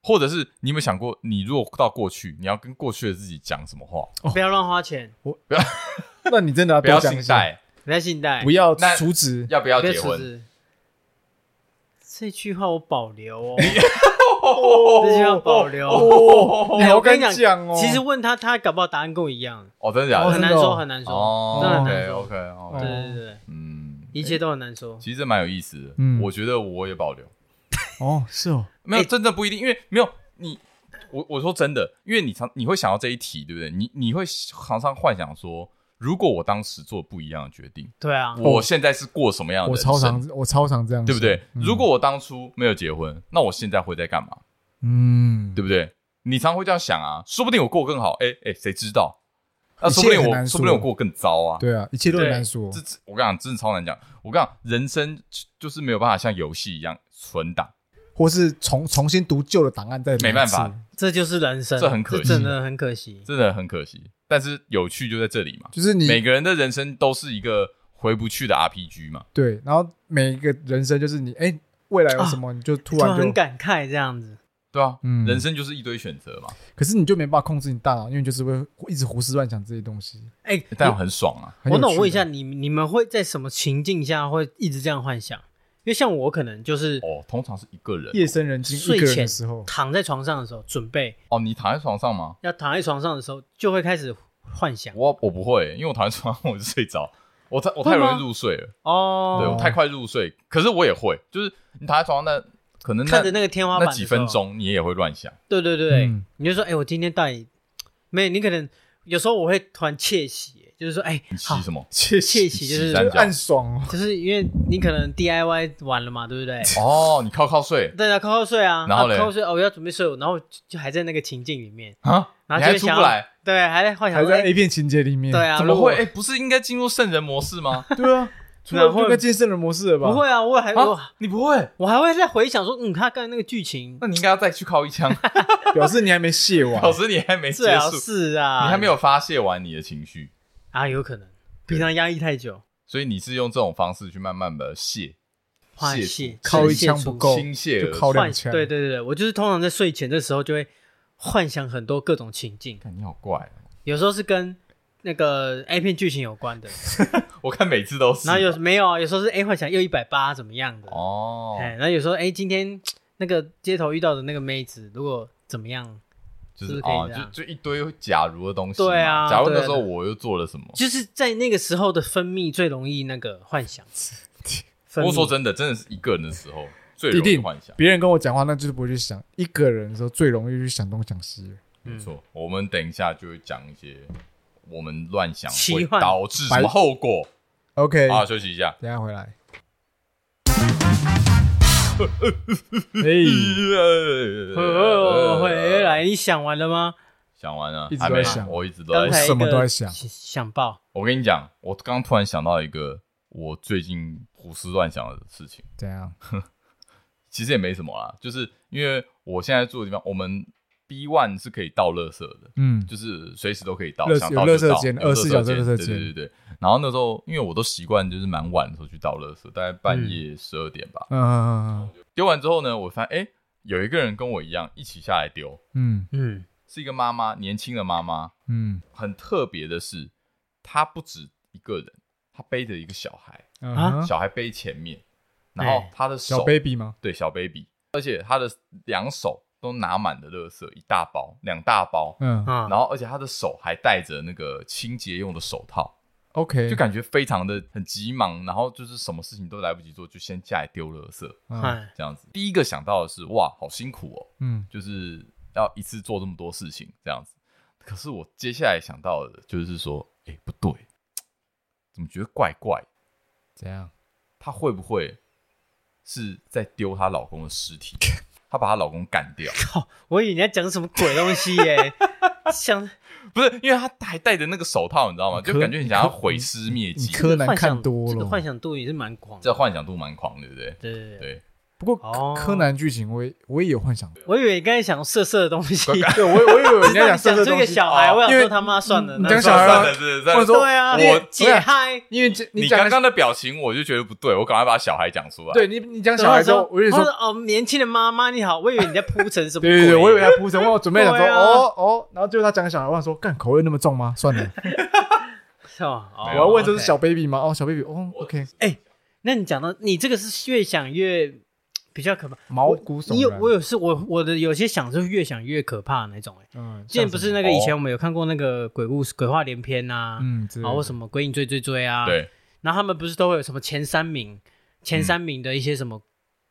或者是你有没有想过，你如果到过去，你要跟过去的自己讲什么话？
哦
不要乱花钱，
那你真的要
不要
多啊想一
信
下，
贷，
不要信贷，
不要
那
除职，
要不要
不要
结
辞
婚？
职。这句话我保留哦，这句话保
哦，
留。
哦
哎
好
我跟
敢
你
讲哦。
其实问他，他搞不好答案跟我一样，
哦，真的假
哦
很
的？
难
真的哦
说，很难说。当
哦
然
，OK
难说
OK
对
哦，
对对对，
嗯，
一切都很难说。
其实这蛮有意思的。
嗯
我觉得我也保留。
哦，是哦，
没有，
欸
真的不一定，因为没有你，我我说真的，因为你常你会想到这一题，对不对？你你会常常幻想说，如果我当时做不一样的决定，
对啊，
我现在是过什么样的
哦我
人
超
生
常，我超常这样想，
对不对？
嗯
如果我当初没有结婚，那我现在会在干嘛？
嗯，
对不对？你常会这样想啊，说不定我过更好，哎哎，谁知道？那说不
一切
定
很
我，
难
说不定我
说
过更糟啊。
对啊，一切都很
对
难说
这。这我跟你讲，真的超难讲。我跟你讲，人生就是没有办法像游戏一样存档，
或是重重新读旧的档案再读一次
没办法，
这就是人生，
这很可惜
真的很可惜。
真的很可惜。但是有趣就在这里嘛，
就是你
每个人的人生都是一个回不去的 RPG 嘛。
对，然后每一个人生就是你哎，未来有什么你就突
突然
然
很
就，
感慨这样子，
对啊，
嗯
人生就是一堆选择嘛，
可是你就没办法控制你大脑，因为你就是会一直胡思乱想这些东西。
哎，
但很爽啊。
很
我
有
那我
趣
问一
的
下，你你们会在什么情境下会一直这样幻想？因为像我可能就是
哦，通常是一个人
夜深人静
睡
一个人
前
的时候，
躺在床上的时候，准备
哦，你躺在床上吗？
要躺在床上的时候，就会开始幻想。
我我不会，因为我躺在床上 我就睡着，我太我太
会吗
容易入睡了，对
哦，
我太快入睡。可是我也会，就是你躺在床上那可能那
看着那个天花板
那
的
几
时候
分，钟，你也会乱想。
对对对，
嗯
你就说，哎、我今天到底没有？你可能有时候我会突然窃喜，就是说，哎、
你洗
好，
什么？
窃
窃喜
洗
就是
三
就是
角
暗爽哦。
就是因为你可能 DIY 完了嘛，对不对？
哦，你靠靠睡
大家靠靠睡啊，
然后嘞
啊靠靠睡哦，我要准备睡，然后就就还在那个情境里面，
啊，你
然后就
还
会
出
想
不来？
要，对，还在幻想
还
说，
在
哎、
A 片情节里面，
对啊，
怎么
如果
会？哎，不是应该进入圣人模式
哎
吗？
对啊，突
然
然
后
就跟健身人模式了吧？
不，会啊，我还、我
啊，你不会？
我还会再回想说，嗯，他刚才那个剧情
那你应该要再去靠一枪。
表示你还没 卸 完
老。师，你还没
最
结
好
束，
是啊，
你还没有发泄完你的情绪，
啊，有可能
对
平常压抑太久，
所以你是用这种方式去慢慢的泄
换
泄
泄
靠一枪
泄出
不够
倾泻
就
而出
靠两
换
枪
对对对，对我就是通常在睡前的时候就会幻想很多各种情境，
看你好怪哦、
有时候是跟那个 A 片剧情有关的，
我看每次都是。
然后有没有啊？有时候是 A 幻想又一百八怎么样的，
哦，
哎，然后有时候哎今天那个街头遇到的那个妹子如果怎么样，
就是
是可以
啊，
这样
就就一堆假如的东西嘛。
对啊
假如那
对啊
时候
对
我又做了什么？
就是在那个时候的分泌最容易那个幻 想。
不
分
过
泌
说真的，真的是一个人的时候最
一
容易
定
幻想。
别人跟我讲话，那就是不会去想。一个人的时候最容易去想东想西了，
嗯
没错，我们等一下就会讲一些我们乱想
奇
会
幻
导致什么后果。
OK，
啊
好，休息一下。
等一下回来。哎，
呃
哦回来，你想完了吗？
想完了
一，直
还
都
没啊
在想
我一直都
刚
在
才
想。
一
什么
个
都在想
想爆，
我跟你讲，我刚刚突然想到一个我最近胡思乱想的事情，
怎样？
其实也没什么啦，就是因为我现在住的地方，我们 B one 是可以倒垃圾的，
嗯，
就是随时都可以到，
垃圾
想到就
有垃
到
圾间
有
24小时
间
垃圾
对
间
对对对。然后那时候，因为我都习惯就是蛮晚的时候去倒垃圾，大概半夜十二点吧。
嗯
丢完之后呢，我发现哎、诶有一个人跟我一样一起下来丢，
嗯
嗯，
是一个妈妈，年轻的妈妈。
嗯
很特别的是，她不止一个人，她背着一个小孩，
嗯
啊
小孩背前面，然后
哎
她的手、
小 baby 吗？
对小 baby，而且她的两手都拿满了垃圾，一大包两大包，
嗯
啊，
然后而且她的手还戴着那个清洁用的手套。
，OK，
就感觉非常的很急忙，然后就是什么事情都来不及做，就先下来丢垃圾
嗯
哎，
这样子。第一个想到的是，哇，好辛苦哦，
嗯
就是要一次做这么多事情这样子。可是我接下来想到的就是说，哎、不对，怎么觉得怪怪？
怎样？
她会不会是在丢她老公的尸体？ 她把她老公干掉？
靠，我以为你在讲什么鬼东西 耶，想
不是，因为她还戴着那个手套，你知道吗？
你柯
就感觉你想要毁尸灭迹
你。柯南
幻
看
想
多
这个幻
了，
想度也是蛮广的，
这幻想度蛮狂，对不对？
对对对，
对，
不过
哦
柯南剧情我也我也有幻想过。
我以为你刚才想色色的东西，
对，我我以为人家讲色
讲
色
出一
东
个
西，
小孩，我
因
想
为
说他妈算了，
你
那
讲小
算
孩
了
算了，是算
或者
了
说
对啊，
我
解嗨，
因为这
你
讲
刚
的
刚的表情，我就觉得不对，我赶快把小孩讲出来。，
对你你讲小孩之后，我就
然
说
后说哦，年轻的妈妈你好，我以为你在铺陈什么鬼，
对对对，我以为他铺陈，我有准备想说
对啊
哦哦，然后最后他讲小孩，我想说干口味那么重吗？算了，
是吧？哦
没
我
有
要问这是
OK
小 baby 吗？哦，小 baby，哦，OK，
那你讲到你这个是越想越比较可怕，
毛骨悚然。
你有我有是我我的有些想是越想越可怕的那种哎、欸。
嗯，
之前不是那个
哦
以前我们有看过那个鬼故事、鬼话连篇呐、
嗯，
啊，啊或什
么
么鬼影追追追啊，
对，
然后他们不是都会有什么前三名、前三名的一些什么
嗯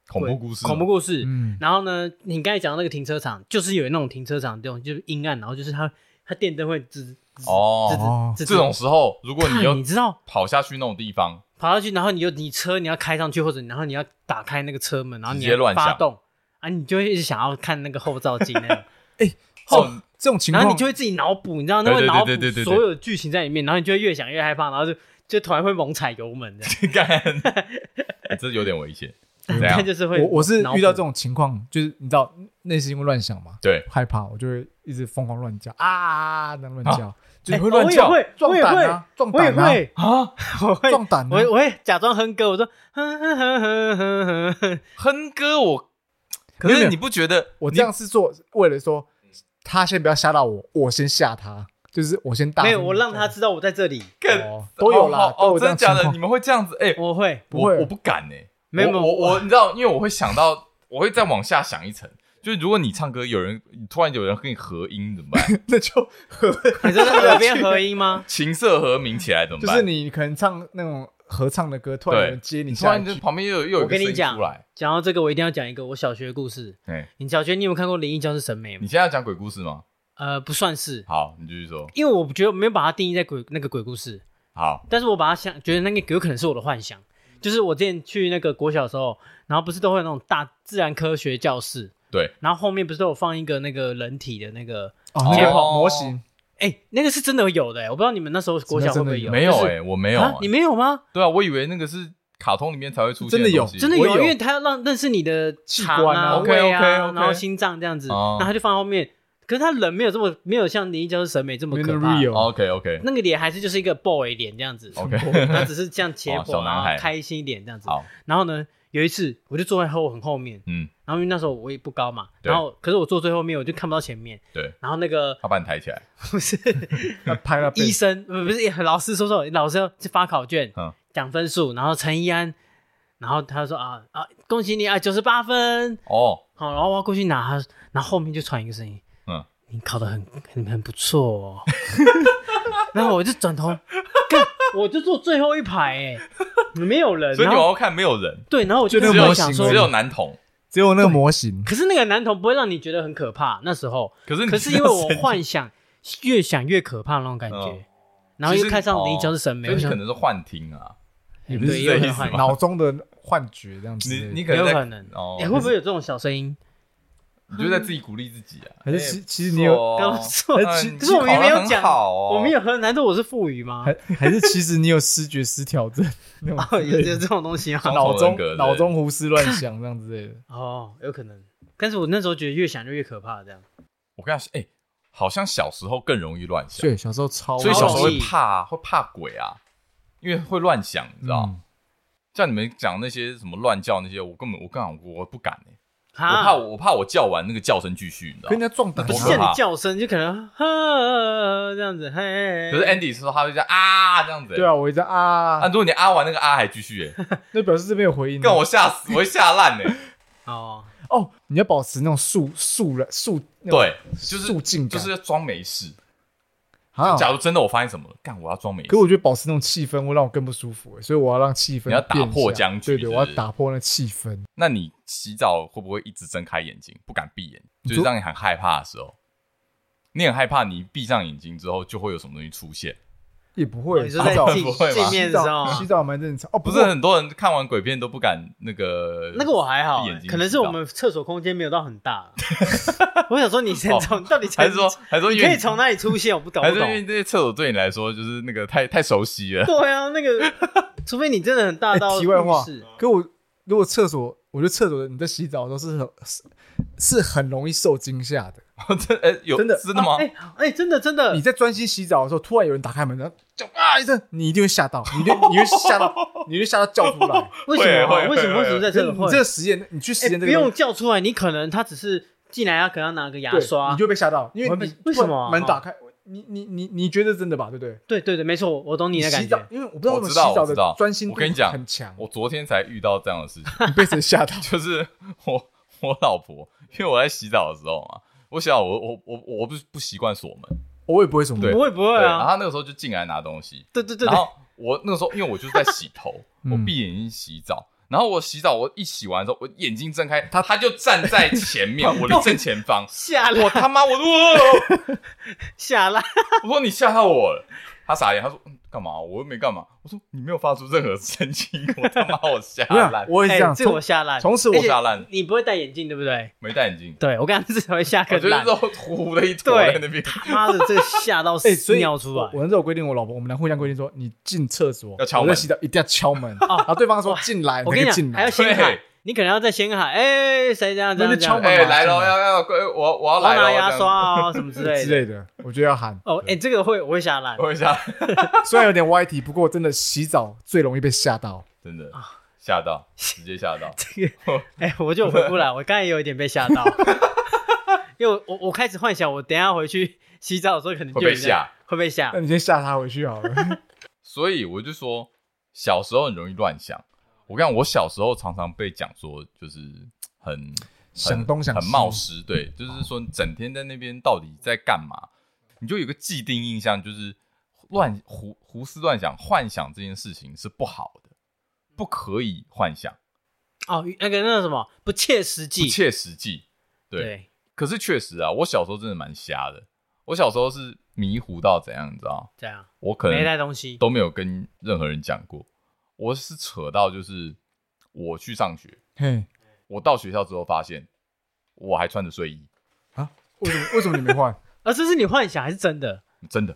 恐
鬼
怖故事，
恐怖故事。
嗯
然后呢，你刚才讲到那个停车场，就是有那种停车场这种就是阴暗，然后就是它它电灯会吱吱
哦。
哦
吱吱吱吱
这种时候，如果你
看
又
你知道
跑下去那种地方，
跑下去，然后你就你车你要开上去，或者然后你要打开那个车门，然后你
直接乱
要
想
发动啊，你就会一直想要看那个后照镜那样，
这种这种情
然后
况
你就会自己脑补，你知道那会
对对对
脑补
对对对对
所有的剧情在里面，然后你就会越想越害怕，然后就就突然会猛踩油门这样，
干，这有点危 险。怎
但
样？
就是会
我我是
脑补
遇到这种情况，就是你知道内心会乱想嘛，
对，
害怕我就会一直疯狂乱叫啊，那乱叫，就是会
哎
乱叫
我也会，
壮胆啊，壮
我也
胆啊，
会啊，我会
壮胆啊，
我我会假装哼歌，我说哼哼哼哼哼哼，
哼歌 我，可
没有没
是
有哦
你不觉 得
我
你
这样是做为了说他先不要吓到我，我先吓他，就是我先大
没
声
有，我让他知道我在这里，
干
哦都有啦
哦，哦
都有这
真的
样
假的？
情
你
况
们会这样子？哎，
我会
不会
我我不敢哎，
没有
我
没有
我我你知道，因为我会想到，我会再往下想一层，就是如果你唱歌有人突然有人跟你合音怎么办？
那就合，
你说在耳边合音吗？
琴瑟和鸣起来怎么
就
办？
是你可能唱那种合唱的歌，突然有人接你
你突
下
然
一
就
句，
旁边又有又有
我
一个
跟
声
你
音
讲
出来，
讲到这个，我一定要讲一个我小学的故事。
哎，
你小学你有没有看过《灵异教室》审美
你
吗？
现在要讲鬼故事吗？
呃，不算是，
好，你继续说。
因为我觉得我没有把它定义在鬼那个鬼故事，
好，
但是我把它想觉得那个有可能是我的幻想。就是我之前去那个国小的时候，然后不是都会有那种大自然科学教室，
对，
然后后面不是都有放一个那个人体的那个，
哦，那
哦
个模型
哎、那个是真的有的、哎我不知道你们那时候国小会不会有？
没有
就是
哎，我没有
啊
哎，
你没有吗？
对啊，我以为那个是卡通里面才会出现
真的有
东西
真的
我
有，
有
因为他要让认识你的
器
肠
官
啊、
啊
胃啊
OK，OK，OK
然后心脏这样子，
哦
然后他就放在后面。可是他人没有这么没有像林一娇是审美这么
没那
可
么
怕，
real，
OK OK，
那个脸还是就是一个 boy 脸这样子
OK
他只是这样切
哦小
破，
男
然后
孩
开心一点这样子。
好，
然后呢，有一次我就坐在后很后面，
嗯，
然后因为那时候我也不高嘛，
对
然后可是我坐最后面，我就看不到前面。
对，
然后 那个
他把你抬起来，
不是
那拍了
医生，不不是老师说说，老师要去发考卷
嗯，
讲分数，然后陈一安，然后他说啊啊，恭喜你啊，九十八分，
哦，
好，然后我要过去拿，他然后后面就传一个声音，
嗯，
你考的很很很不错哦， 然后我就转头，干，我就坐最后一排，哎，没有人，
所以
然
你往
后
后看没有人，
对，然后我就
就那
只有
那时候
个模
想
型
说
只，有男童，
只有那个模型，
可是那个男童不会让你觉得很可怕，那时候，
可是你
可是因为我幻想越想越可怕那种感觉
嗯，
然后
其
又
实
看上
哦
李娇是审美，
所以
我
你
想
可能是幻听啊，
也
对
不是
有
这
可
意
能
思
幻
吗
脑中的幻觉这样子。
你你可
有
能在
可能，
哦
哎，会不会有这种小声音？
你就在自己鼓励自己啊？
还是其其实你有，
有
刚刚说
嗯
可是我们也没有讲，我们
有
有喝，难道我是富余吗
还？还是其实你有视觉失 调症，那种
哦，
之
有
类的
有这种东西吗？
双重
脑
人
中
格之类的
脑中胡思乱想这样之类的。
哦，有可能。但是我那时候觉得越想就越可怕，这样。
我跟他说，哎、好像小时候更容易乱想，
对，小时候超
所以小时候
容
会
易
怕、会怕鬼啊，因为会乱想，你知道？
嗯
像你们讲那些什么乱叫那些，我根本我刚我不敢哎、我怕
哈，
我我怕我叫完那个叫声继续，你知
跟人
道？
家撞胆
不
我怕
是叫
啊，
你叫声，就可能呵这样子，嘿。
可是哎 Andy 是说他会这样啊这样子、欸，
对啊，我一直啊
啊，，如果你啊完那个啊还继续哎、
那表示这边有回音啊。
干我吓死，我会吓烂哎。
哦，
哦，你要保持那种肃肃然肃，那种
对，就是
肃静
就
感
是要装没事。
啊。
假如真的我发现什么了，干我要装没事
可。我觉得保持那种气氛会让我更不舒服欸，所以我要让气氛
你要打
变一
破
下
僵局
对
是
对，
不
我要
是
打破那气氛。
那你洗澡会不会一直睁开眼睛，不敢闭眼，
你
就
说
是让你很害怕的时候，你很害怕，你闭上眼睛之后就会有什么东西出现。
也不会，
哦你
洗
说在
澡
镜
不会吧
镜面的
洗
时候
澡
啊
洗，澡蛮正常哦，
不
不
是
过
很多人看完鬼片都不敢那个
那个我还好欸
闭眼，睛
可能是
洗澡
我们厕所空间没有到很大。我想说，你先从到 底
哦还
才
是说还是说
你
因
可
为
以从哪里出现？我不搞
还
不
是因为
懂。
这些厕所对你来说就是那个太太熟悉 了，
对啊，那个除非你真的很大
哎
到
题外
浴
话
室，
可我如果厕所，我觉得厕所你在洗澡都是很是是很容易受惊吓的。
真呃有
真的
真的 吗？
哎哎，真的真的
你，在专心洗澡的时候，突然有人打开门，然后叫啊一声，你一定会吓到，你一定你会 吓到，你会吓到叫出来。
为什么
会会
啊？为什么
会
为什么在
可
这
是
个
你
会
这？个实验，你去实
哎
验这
不
个东
用
西，
叫出来，你可能他只是进来，他可能要拿个牙
对
刷，
你就被吓到，因为
会
你
被为什么啊
门打开，你你你你觉得真的吧？对不对？
对对对，没错，我我懂你的感
洗澡
觉，。
因为我不知道
我
为什么
知道
洗澡
我知道
的专心
我
度
跟你讲
很强，
我昨天才遇到这样的事情，
你被谁吓到？
就是我我老婆，因为我在洗澡的时候嘛，我洗澡我我我我不不习惯锁门，
我也不会什么，
对
不会不会
对，然后
啊，
她那个时候就进来拿东西，
对对对
然
对，。
后我那个时候，因为我就是在洗头，
嗯
我闭眼睛洗澡，然后我洗澡，我一洗完之后，我眼睛睁开，他他就站在前面， 我的正前方
下
我
来
他妈，我我
下来，
我说你吓到我了，他傻眼，他说嗯干嘛？我又没干嘛。我说你没有发出任何声音，我他妈我吓
不是啊
烂，
我也 是
哎
这样，
这个
从
我下来，
从此
我
我
吓烂，
你不会戴眼镜对不对？
没戴眼镜，
对我刚刚至少会下
我
个
哦就是
烂，
肉糊糊的一坨在那边，
妈的，这个吓到
哎，所以
尿出来
我。我那时候有规定我老婆，我们俩互相规定说，你进厕所
要敲门
我在洗澡一定要敲门， 然后对方说进来，
哦我跟你
那个进
讲，还要
来，
先喊
对，
你可能要再先喊，哎，谁这样这
那
样这
就
样
敲，门
哎来喽，要要要我我要
我要
来
拿
了
牙，刷哦，什么之类
之
的。
类哦的，我觉得 要喊。
哦，哎，这个会我会下来
这样， 我一下
虽然有点歪题，不过真的洗澡最容易被吓到。
真的吓到，直接吓到。
这个，哎，我就回不来，我刚才也有一点被吓 到，因为我我我开始幻想，我等一下回去洗澡的时候可能就
会被
有人
吓，
会被吓
那。你先吓他回去好了。
所以我就说，小时候很容易乱想。我跟你讲，我小时候常常被讲说，就是很
想东想西
很冒失，对，就是说你整天在那边到底在干嘛？你就有一个既定印象，就是乱胡胡思乱想、幻想这件事情是不好的，不可以幻想，
哦，那个那个什么不切实
不
际，
切实际。对，
对，
可是确实啊，我小时候真的蛮瞎的。我小时候是迷糊到怎样，你知道？
这样
我可能
没带东西，
都没有跟任何人讲过。我是扯到就是我去上学，
嘿
我到学校之后发现我还穿着睡衣，
啊，为什么为什么你没换？
啊，这是你幻想还是真的？
真的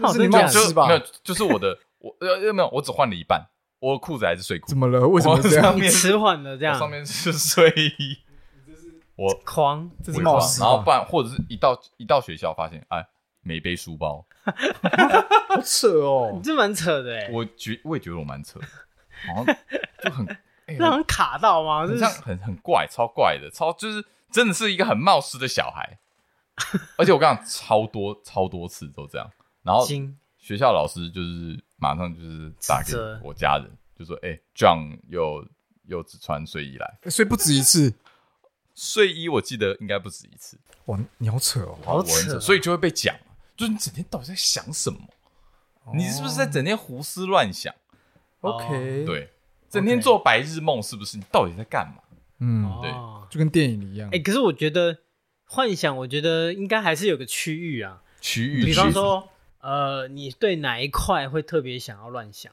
靠，
是你
真
冒
假
失
的？
就
吧
没有，就是我的我呃没有，我只换了一半，我的裤子还是睡裤
怎，么了？为什么这
我
样
上？
你
面
迟缓了这
我
样，
上面是睡衣，我
狂
这
我
是
也
冒
不知
失
道然后
吧
不？然或者是一到一到学校发现哎没背书包，
好扯哦哦
你！这蛮扯的哎，
我觉我也觉得我蛮扯的，好像就很哎
让人卡到吗？就
很
是
像很很怪，超怪的，超就是真的是一个很冒失的小孩。而且我跟你讲，超多超多次都这样。然后
惊
学校老师就是马上就是打给
指责
我家人，就说：“哎、j o h n 又又只穿睡衣
哎
来，
所以不止一次。
睡衣我记得应该不止一次，
哇，你好扯哦！
好
我很
扯哦，
所以就会被讲，就是你整天到底在想什么？你是不
哦
是在整天胡思乱想？
OK，，
对，整天做白日梦，是不是？你到底在干嘛？
嗯，
对
哦
就跟电影一样。
哎、可是我觉得幻想，我觉得应该还是有个区域啊，
区域，
比方
区域
说，呃，你对哪一块会特别想要乱想？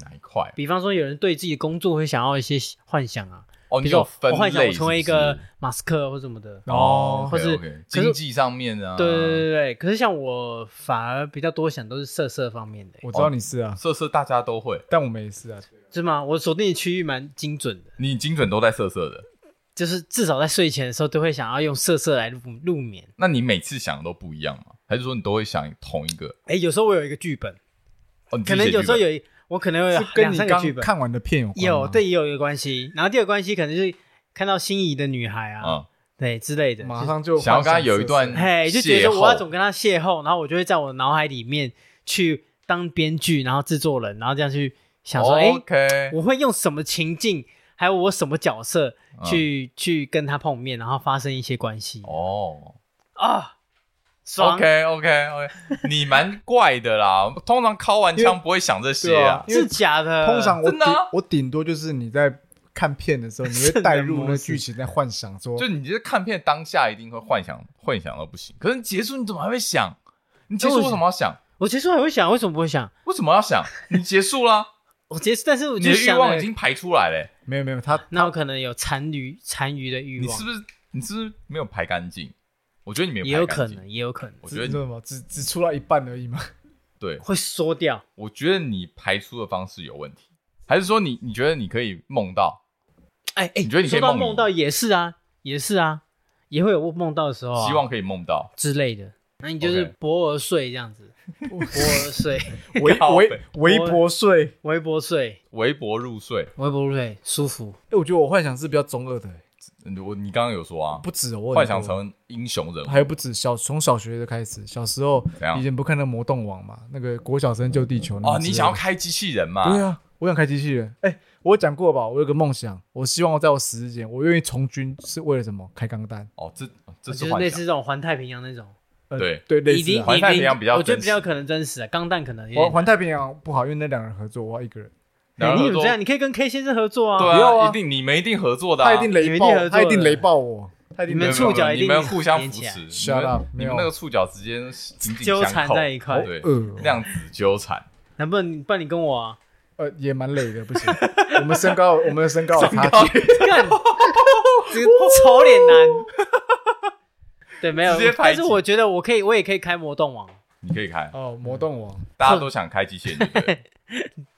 哪一块？
比方说，有人对自己工作会想要一些幻想啊，
哦，
比
你
如说
有分
我幻想
类
我成为一
是不是
个马斯克或什么的。
哦，
或是
OK，OK，
可是
经济上面啊，
对对对对对，可是像我反而比较多想都是色色方面的、欸，
我知道你是啊，
色色大家都会，
但我们也是啊。
是吗？我锁定的区域蛮精准的，
你精准都在色色的，
就是至少在睡前的时候都会想要用色色来入入眠。
那你每次想的都不一样吗？还是说你都会想同一个？
哎、有时候我有一个剧本，
哦，你自
可
己
能
写剧
有时候
本
有一我可能会有
是跟
两
你
三个剧
刚
本，
看完的片有关
有
吗，
对也有一个关系，然后第二个关系可能就是看到心仪的女孩啊，
嗯，
对之类的，
马
就
上就
想要跟他
幻想
有一段
色色
嘿就觉得
邂逅
我要怎么跟她邂逅，然后我就会在我脑海里面去当编剧，然后制作人，然后这样去想说，哎、
哦，OK，
我会用什么情境，还有我什么角色
嗯
去、去跟她碰面，然后发生一些关系
哦
啊，爽
，OK OK OK，你蛮怪的啦，通常敲完
因为
枪不会想这些
对啊
啊，
因为
是假的，
通常我
真的啊
顶我顶多就是你在看片的时候，你 会带入那剧情，在幻想说
就你这看片当下一定会幻想，幻想到不行。可是你结束你怎么还会想？你结束为什么要想？
我其实还会想，为什么不会想？
为什么要想？你结束啦，
我其实但是我
你
就
的欲
想
望
了
已经排出来嘞、
没有没有，他
那我可能有残余残余的欲
你
望
是，不是你是不是没有排干净？我觉得你没有
也有
排干
可
净，
能，也有可能
我
只
觉得
是
你
什么只只出到一半而已 嘛。
对，
会缩掉。
我觉得你排出的方式有问题，还是说你你觉得你可以梦到？
哎哎，
你觉得你可
说
以
到
梦
梦到也是啊，也是啊，也会有梦到的时候、啊，
希望可以梦到。
之类的。那你就是
OK
薄而睡这样子，薄而睡，
微
靠北
微微博睡，
微薄睡，
微薄入睡，
微薄睡舒服。
哎，我觉得我幻想是比较中二的，哎
嗯我你刚刚有说啊，
不止哦我很多
幻想成英雄人物，
还有不止小从小学就开始，小时候
怎样
以前不看那个魔动网嘛，那个国小生救地球那
哦，
个之类的
你想要开机器人嘛？
对啊，我想开机器人。哎、我有讲过吧，我有个梦想，我希望我在我死之前，我愿意从军是为了什么？开钢弹。
哦，这哦这
就是是
幻
类似
想。
这种环太平洋那种，
呃、
对
对，类
你
似、
你
啊。
环太平洋比较
我觉得
真
比
实
较可能真实啊，钢弹可能有
环
点
环太平洋不好，因为那两人合作，我要一个人，
然
哎
后
你怎
说
么这样？你可以跟 K 先生合作啊，
对
不要
啊，
啊
一定你们一定合作的啊，
他一定
你们
雷
一
爆
定合，
他一
作
定
了
雷爆我，他一
啊
定
你
没
们
有没
雷
有
爆
触角
没有
一
你
定
们互相
连
扶
起来
持，你
Shut
们
up，
你们
没有
那个触角之间紧紧
纠
相
缠
扣
在一块
对，
呃
量子纠缠。
能不能不然你跟我啊？
呃，也蛮累的，不行。 我们身高，我们的身高有差距，
干，这个丑脸男。对，没有
直接，排
但
挤
是我觉得我可以，我也可以开魔动网，
你可以开，
哦，魔动王。
大家都想开机械人，对不对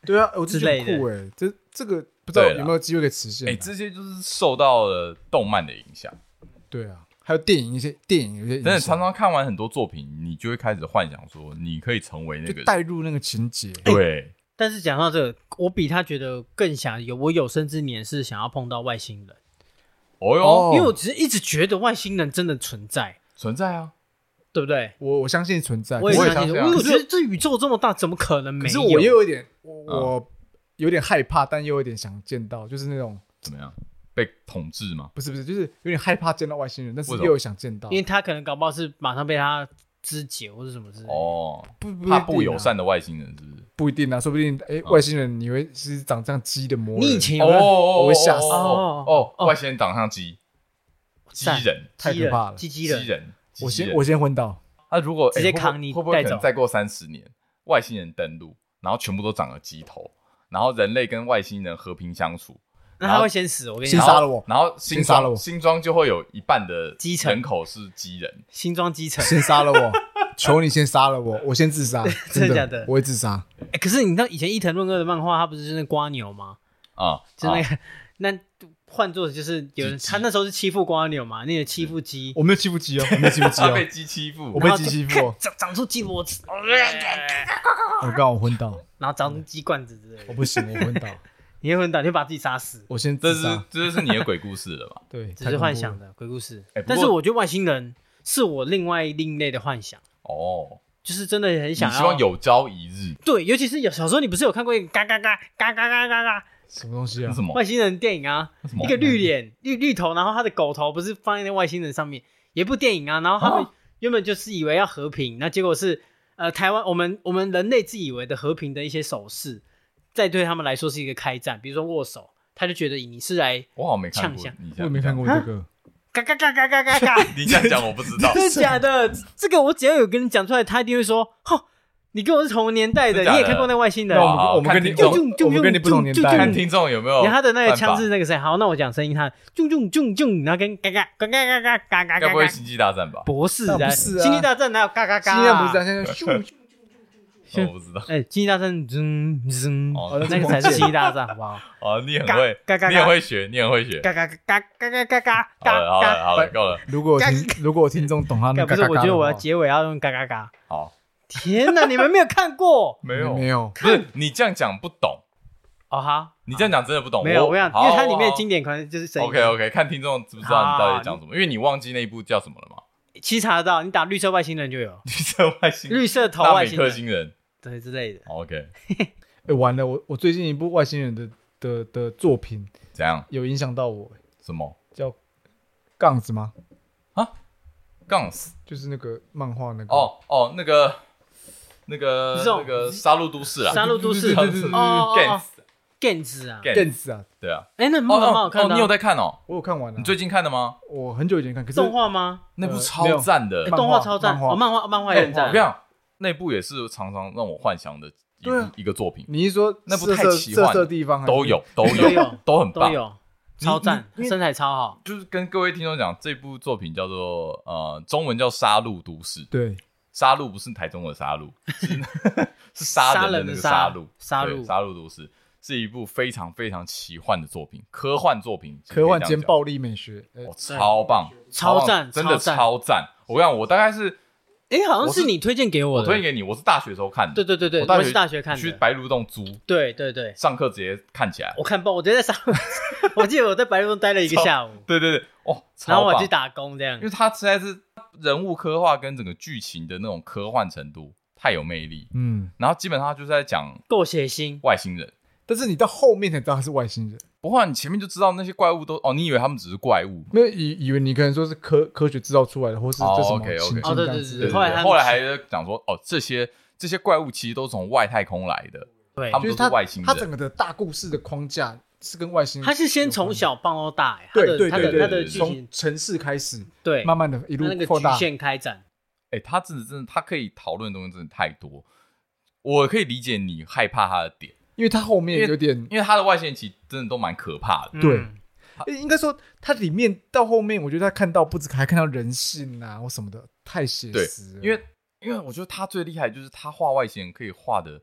对啊，我就
之
觉得
类
很
的
酷哎、这这个不知道
对啦
有没有机会可以实现、啊。
哎，这些就是受到了动漫的影响。
对啊，还有电影一些电影有些影
真的常
响
常看完很多作品，你就会开始幻想说，你可以成为那个
就
人
带入那个情节。
对，
但是讲到这个，我比他觉得更想有，我有生之年是想要碰到外星人，
哦哟，
哦
因为我只是一直觉得外星人真的存在，
存在啊。
对不对？
我我相信存在，
我也
我也
相信，
相信
因
啊
为我
可是
觉哦得这宇宙这么大，怎么可能没
可是
有？
我又有点，我我有点害怕，但又有点想见到，就是那种
怎么样？被统治吗？
不是不是，就是有点害怕见到外星人，但是
为什么
又有想见到，
因为他可能搞不好是马上被他肢解或者什么之类的。
哦，
不不一定啊
怕不友善的外星人是不是？
不一定啊，说不定哎，外星人你会是长这样鸡的魔人，
你以前有
哦
没有
哦，
我会吓死
哦哦哦，外星人长上鸡，鸡
赞
人，
机器
太可怕了
机器
鸡
人，
人，机
我
器
先
人
我先昏倒，
他如果
直接
欸会不会
扛你
会不会
带
可
走
能再过三十年，外星人登陆，然后全部都长了鸡头，然后人类跟外星人和平相处，
那
然
他
后
会先死。我跟你
先
讲，
然
杀
后
了我
然后新
先杀了
庄
我
新庄就会有一半的
基层
人口是鸡人，
新装基层。
先杀了我，求你先杀了我，我先自杀，
真的
真
假的
我会自杀，
哎，可是你知道以前伊藤润二的漫画，他不是就是那瓜牛吗？
啊，
就
啊
那个， 那换作就是有人，
鸡鸡嗯
他那时候是欺负瓜牛嘛，那个欺负鸡，
我没有欺负鸡哦，我没有欺负鸡
他
哦
被，鸡欺负，
我
然
被
后
鸡
就
欺负
看
哦
长长出鸡脖子，
哦
我刚好昏倒，
然后长出鸡冠子之类
我
的。
哦
不行，我昏倒，
你也会很胆，你会把自己杀死，
我 先
这
自
是
杀，
这就是你的鬼故事了吧？
对，
只
太
是
恐
幻
怖
想
了。
的鬼故事
哎不。
但是
过
我觉得外星人是我另外另类的幻想，
哦，
就是真的很
你
想要
希望有朝一日
对，啊尤其是有小时候你不是有看过一个嘎嘎嘎嘎嘎嘎嘎嘎
什么东西
那
啊？
什么
外星人电影啊，
那什么
一个绿脸绿绿头，然后他的狗头不是放在那外星人上面，有一部电影啊，然后他们原本就是以为要和平，那结果是呃台湾我们我们人类自以为的和平的一些手势，在对他们来说是一个开战，比如说握手，他就觉得你是来
我好像没看
呛
过
香，
你这
我
样
也没看过
啊
这个，
嘎嘎嘎嘎嘎嘎嘎，，
你这样讲我不知道
真的假的？这个我只要有跟你讲出来，他一定会说，吼，你跟我是同年代
真的
的，
假的
你也看过那外星人
那我
哇
们
好
我们
看
跟你
听
我们
众
我们跟你不同年
就就
代 啊
看，听众有没有
然后他的那个
办法
枪是那个谁？好，那我讲声音，他啾啾啾啾，然后跟嘎嘎嘎嘎嘎嘎嘎
该
嘎
不会
嘎，
星际大战吧？
博士
那
的
不是啊
星际大战哪有嘎嘎嘎？啊
现在不是这样，现在咻咻
哦我不知 道。
哎，星际大战噔噔，
哦，
那个才是星际大战， 好不好？
哦，你很会
嘎嘎，嘎
你很会学，你很会学。
嘎嘎嘎嘎嘎嘎嘎
好了，哎好
嘎
了，
嘎，
好了，够了。
如果我听如果我听众懂他那
不
个
是，
嘎嘎
我
嘎的话，
觉得我要结尾要用嘎嘎嘎。
好，
天哪，你们没有看过？
没
没有，
不是你这样讲不懂，
哦哈，
你这样讲真的不懂。
没有，我想，因为它里面的经
典。
典可能就是声音。
OK OK，看听众知不知道你到底讲什么，因为你忘记那一部叫什么了嘛？
其实查得到，你打绿色外星人就有
绿色外星人、
绿色头
纳
外
美
星
克
人，
星人。
对之类的。
OK，
哎，完了，我我最近一部外星人的的的作品
怎样？
有影响到我，
什么
叫《杠子》吗？
杠死？
就是那个漫画那个，
哦哦，那个那个
这种
那个杀戮都市啊，
杀戮 都市
对对对对对
哦哦哦
Gans
Gens 啊，
Gans，
电子啊，
对啊。
哎，那
哦
漫画蛮好
哦
看
哦，
的啊。嗯
你有在看哦？
我有看完了。
你最近看的吗？
我很久以前看，可是
动画吗？
那部
呃没
超
有
赞的
哎，
漫画
动画超赞，
漫画
哦，漫画漫画
哎
也
我
很
跟
赞
你。讲，那部也是常常让我幻想的一
对啊
部一个作品，
你是说
那部
色
太
色
奇幻
色色
了
地方还是
都有都
都有
有都很
都
棒。
有，超赞，
你
身材超好。
就是跟各位听众讲，这部作品叫做呃，中文叫《杀戮都市》。
对，
杀戮不是台中的杀戮， 是是杀人的那个
杀人
戮
的。杀杀
对
戮
杀戮都市是一部非常非常奇幻的作品，科幻作品，
科幻
可以这
兼
样讲
暴力美学，呃
哦，超棒，
超
棒
赞
真的
超赞
超赞！我跟你讲，我大概是
哎，好
我
像
是
是你推荐给我
我
的。
推荐给你，我是大学的时候看的，
对对对对，
我大
我
学
是大学看
去
的。
白鹿洞租，
对对对，
上课直接看起来。
我看爆，我直接在沙， 我记得我在白鹿洞待了一个下午，
对对对，哦，
然后
超
我
棒！
去打工这样
因为。它实在是人物刻画跟整个剧情的那种科幻程度太有魅力，
嗯，
然后基本上它就是在讲
够血腥，
外星人。
但是你到后面才知道他是外星人，
不过你前面就知道那些怪物都哦，你以为他们只是怪物，
没有以以为你可能说是科科学制造出来的，或是
哦
这什么
OK，OK
情
哦对
境这样
对
子
对对
对
的
对
后来他们
后来还在讲说哦，这些这些怪物其实都是从外太空来的，
对
他，们
就是
都
他
是外星人
他整个的大故事的框架是跟外星人有
他
关
是
的，
先从小棒到大，哎，他
对
的
对
他
对
的
对
他
对
的
对，
剧
从
情，
城市开始，
对，
慢慢的一
他那
路
个
扩
局
大，
限开展，
哎、他真的真的，他可以讨论的东西真的太多。我可以理解你害怕他的点，
因为他后面有点
因为他的外星人其实真的都蛮可怕的。
对
嗯
欸应该说，它里面到后面，我觉得他看到不止还看到人性啊，或什么的，太写
对
实了。，
因为因为我觉得他最厉害就是他画外星人可以画的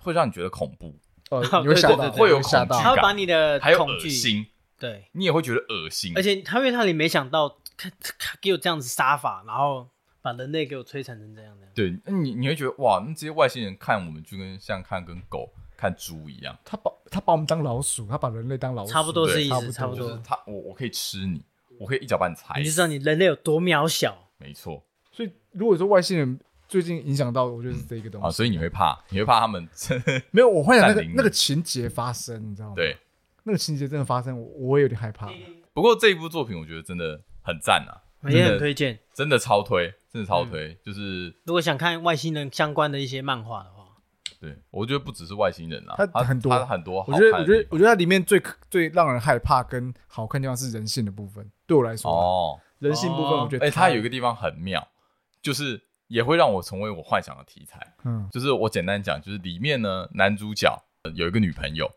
会让你觉得恐怖，
呃，你会吓
对对对
到，
会有
吓
恐惧
他
到，
会把你的
还有
恐
恶
惧，
心，
对，
你也会觉得恶心。
而且他因为他也没想到，看看给我这样子杀法，然后把人类给我摧残成这样的，
对，那你你会觉得哇，那这些外星人看我们就跟像看跟狗看猪一样，
他把他把我们当老鼠，他把人类当老鼠，
差不多
对
是意
差
思，
不
差不
多
就是
多，
他我我可以吃你，我可以一脚把你踩
你就知
死，
道你人类有多渺小。
没错
所以如果说外星人最近影响到，我觉得是这个东
啊，
西。
所以你会怕，你会怕他们，
没有，我幻想那
占
个
领你
那个情节发生，你知道吗？，
对。
那个情节真的发生，我我也有点害怕。
不过这一部作品我觉得真的很赞啊，
我也很
真的
推荐，
真的超推，真的
嗯
超推，就是
如果想看外星人相关的一些漫画的话，
对我觉得不只是外星人啊，
它
它
很多
它很多好
我
看
觉
的地
得，
方。
我觉得，我觉得它里面最最让人害怕跟好看地方是人性的部分。对我来说，
哦，
人性部分，我觉得
哎，它有一个地方很妙，就是也会让我成为我幻想的题材。
嗯，
就是我简单讲，就是里面呢，男主角呃有一个女朋友，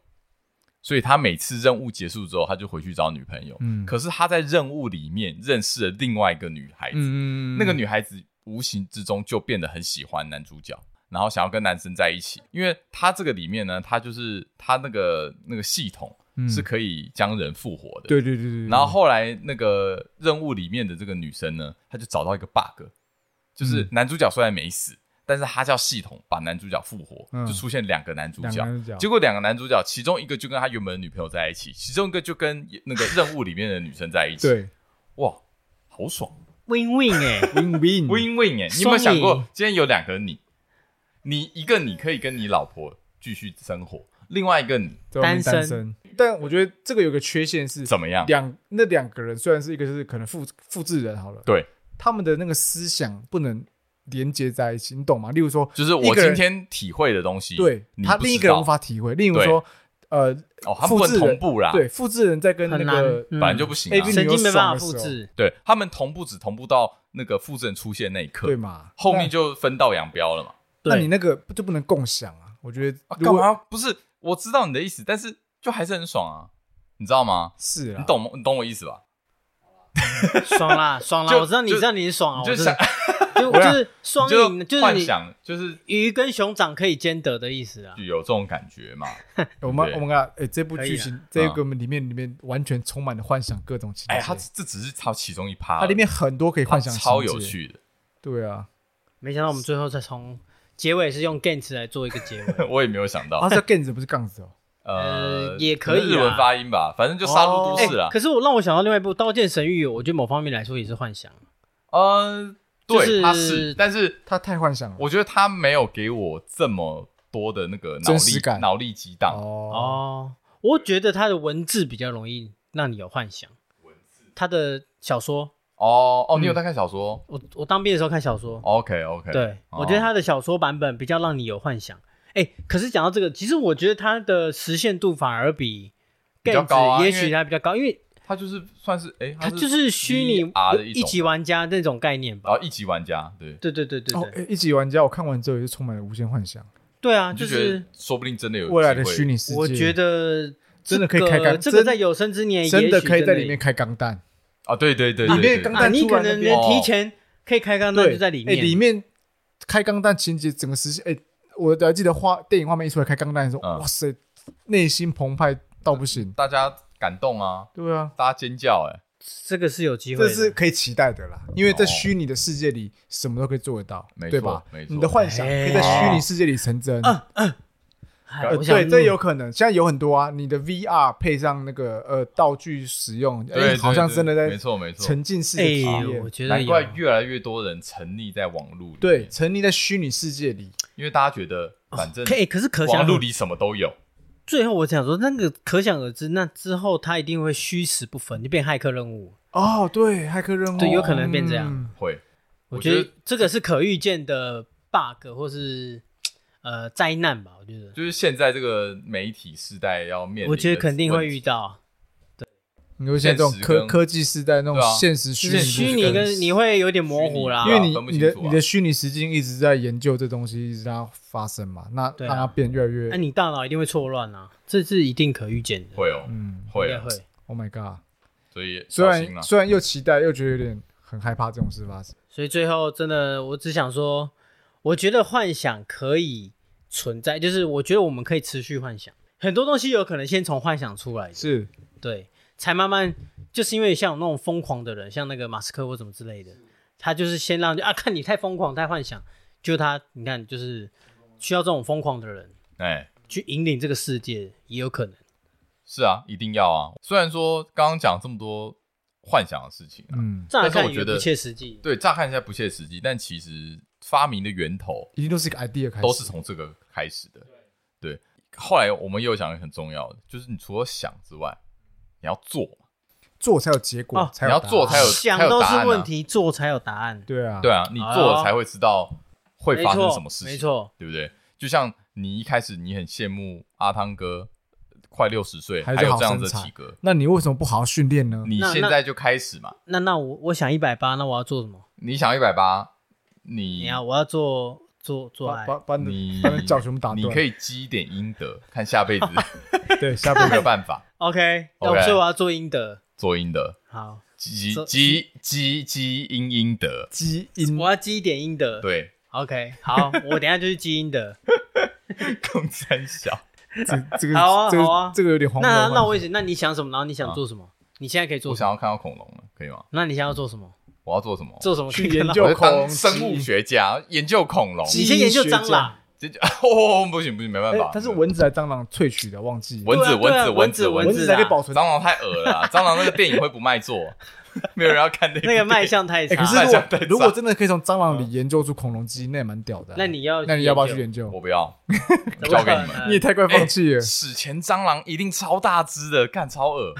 所以他每次任务结束之后，他就回去找女朋友。
嗯
可是他在任务里面认识了另外一个女孩子，
嗯
那个女孩子无形之中就变得很喜欢男主角，然后想要跟男生在一起，因为她这个里面呢，她就是她那个那个系统
嗯
是可以将人复活的。
对对对对对，
然后后来那个任务里面的这个女生呢，她就找到一个 bug，就是
嗯
男主角虽然没死，但是他叫系统把男主角复活，
嗯
就出现两个男主
两个
角。
人讲
结果两个男主角，其中一个就跟他原本的女朋友在一起，其中一个就跟那个任务里面的女生在一起。，
对
哇，好爽
，win win 哎、
，win win
，win win 哎！你有没有想
双
过
赢，
今天有两个你，你一个你可以跟你老婆继续生活，另外一个你
在外面
单
单
身
身。但我觉得这个有个缺陷是，
怎么样？
两那两个人虽然是一个是可能复复制人好了，
对，
他们的那个思想不能连接在一起，你懂吗？例如说，
就是
一
我
个人
今天体会的东西，
对
你
他
不
另一
知
个人
道
无法体会，例如说，呃，
哦，他们不
复制
能同
人
步啦，
对，复制人在跟那
很难
个，
嗯
本来就不行、啊
A B 女
神
优
经没办法
爽的
复
时候
制，
对他们同步只同步到那个附赠出现那一刻
对，嘛，
后面就分道扬镳了嘛。
那那
对
你那个就不能共享啊？我觉得
啊，
如
干
果
嘛？不是，我知道你的意思，但是就还是很爽啊，你知道吗？
是啊，
你懂吗？你懂我意思吧？
爽啦爽啦，
就
我知道你
就
知道你是爽啊，
你就
我知
想
道，就
我
就是双赢，
就
就是
幻
是你
想，就是
鱼跟熊掌可以兼得的意思啊。
有这种感觉嘛。
我们
对
我们看，哎，这部
可以啊
剧
啦
情这个里面里面完全充满了幻想各种情节，
啊
哎，它这只是超其中一趴而已，
它里面很多可以幻想，
超有，趣的。
对啊，
没想到我们最后再从结尾是用 Gans 来做一个结尾，
我也没有想到
它，叫 Gens 不是杠啊子哦，
呃，
呃也可以啊
能日文发音吧，反正就杀戮都市啊
哎
啦。
可是我让我想到另外一部《刀剑神域》，我觉得某方面来说也是幻想。
呃，
哦哎就是
对，它是，但是
它太 幻想了，
我觉得它没有给我这么多的那个脑
真
力
实感
脑力激荡。
哦，
哦，我觉得他的文字比较容易让你有幻想。他的小说，
哦哦，你
嗯
有在看小说
我我当兵的时候看小说，
？OK OK，
对，我觉得他的小说版本比较让你有幻想。哎，可是讲到这个，其实我觉得他的实现度反而比
比较
Gans
高啊
也
因
许
为
它比较高，因为
他就是算是哎，
它
它
就是虚拟
VR 的一
一
种
级玩家那种概念
然
吧
后。一级玩家，对，
对对对对
哦
对，
哎一级玩家我看完之后也是充满了无限幻想，
对啊，
你
就
就觉得
是
说不定真的有
未来的
机会
虚拟世界，
我觉得
真的可以开干
这个
真
在有生之年也许
真的可以在
真
里面开钢弹，
啊，对对对，
里面
对对
刚
对
啊，
弹
你
出
可
来那
能
边
连
哦
提前可以开钢弹就在里
哎
面，
里面开钢弹情节整个实现，哎，我还记得画电影画面一出来开钢弹的时候，
嗯
哇塞，内心澎湃到不行，
大家感动啊，
对啊。
大家尖叫哎，
这个是有机会
这
的，
是可以期待的啦，因为在
哦
虚拟的世界里，什么都可以做得到
没，错
对吧
没？错
你的幻想可以在虚拟世界里成真。呃
哎啊
呃
我想
对，这有可能。现在有很多啊，你的 VR 配上那个呃道具使用，哎
对，
好像
对
真的
没
在
错没错，
沉浸式的体
哎，我
验。
觉得
难
有
怪越来越多人沉溺在网络里面，
对，沉溺在虚拟世界里，
因为大家觉得反正
哦可以，可是可想
网络
而
里什么都有，
最后我想说，那个可想而知，那之后他一定会虚实不分，就变骇客任务。
哦，对，骇客任务，
对有可能变这样
嗯
会
我
我
觉
觉
得
得
这个是可预见的 bug 或是呃灾难吧，我觉得，
就是现在这个媒体时代要面临的问题，
我觉得肯定会遇到，
你会像这种
现实
科
跟
科技时代那种
对啊
现实虚
就
拟
是
的
虚拟跟你会有点模糊啦
啊
因。为你、
分不
你
清
的
楚啊
你的虚拟实境一直在研究这东西，一直让它发生嘛，那、
对啊
让它变越来越、
那、你大脑一定会错乱啊，这是一定可预见的，
会哦
嗯
会
应该
哦
会，。啊
，Oh my god！
所以
虽
小心
然
啊，
虽然又期待又觉得有点很害怕这种事发生，
所以最后真的，我只想说，我觉得幻想可以存在，就是我觉得我们可以持续幻想，很多东西有可能先从幻想出来的，
是
对，才慢慢就是因为像有那种疯狂的人，像那个马斯克或什么之类的，他就是先让啊，看你太疯狂太幻想，就他你看就是需要这种疯狂的人
哎。
去引领这个世界，也有可能，
是啊，一定要啊！虽然说刚刚讲这么多幻想的事情啊，
嗯，
乍
但是我
看也
觉得
不切实际，
对，乍看一下不切实际，但其实发明的源头
一定都是一个 idea 开始，
都是从这个开始的。对，后来我们又想一个很重要的，就是你除了想之外，你要做嘛。
做才有结果，
哦
才
啊
有
你要
答案
做才有
想
才有
都
答案
是
啊
问题，做才有答案，
对啊，
对啊，你做了才会知道会
没
发生
错
什么事情，
哦没错，
对不对？就像你一开始你很羡慕阿汤哥呃快六十岁
还
还
是
有
好
这样子的
身材
体格，
那你为什么不好好训练呢？
你
那
现
那
在就开始嘛。
那那我我想一百八，那我要做什么？
你想一百八，
你
你
要我要做做做
把
爱，
把把你
你
把你脚全部打断，
你可以积一点阴德，看下 辈子
对下辈
有没有
子
办法
OK，那
OK
所以我要做阴德。
做阴德，
好，
积
做
积积积阴阴德，
基 因
我要积一点阴德。
嗯对，
，OK，好，我等一下就去积阴德。
共三小。
这这个
好啊
这个
好啊
这个有点荒谬的
那
啊幻想。
那我也行。那你想什么？然后你想做什么？你现在可以做
我
什
想
么？
要看到恐龙了，可以吗？
那你现在要做什么？
我要做什么？
做什么
去
可以跟
研
他
究
我要当
恐
生物
鸡
学家，研究恐龙。
鸡
你先研究蟑
基因学
螂
家，
这就 哦，不行不行，没办法
哎，。它是蚊子还是蟑螂萃取的？忘记
蚊
对
子
啊对
蚊
啊
子
蚊
子
蚊
蚊
子
才可以
啊
保存。
蟑螂太恶了啦，蟑螂那个电影会不 卖座，没有人要看那
那个卖
相。
相太
哎，
差。
可是
大
如
象在
果如果
炸
真的可以从蟑螂里研究出恐龙基因，那也蛮屌的啊。
那你要
那你要不要
研
去
究
研究
我？不要，
怎么
交给
可
你们
能
你也太快放弃了。
哎史前蟑螂一定超大只的，干超 恶。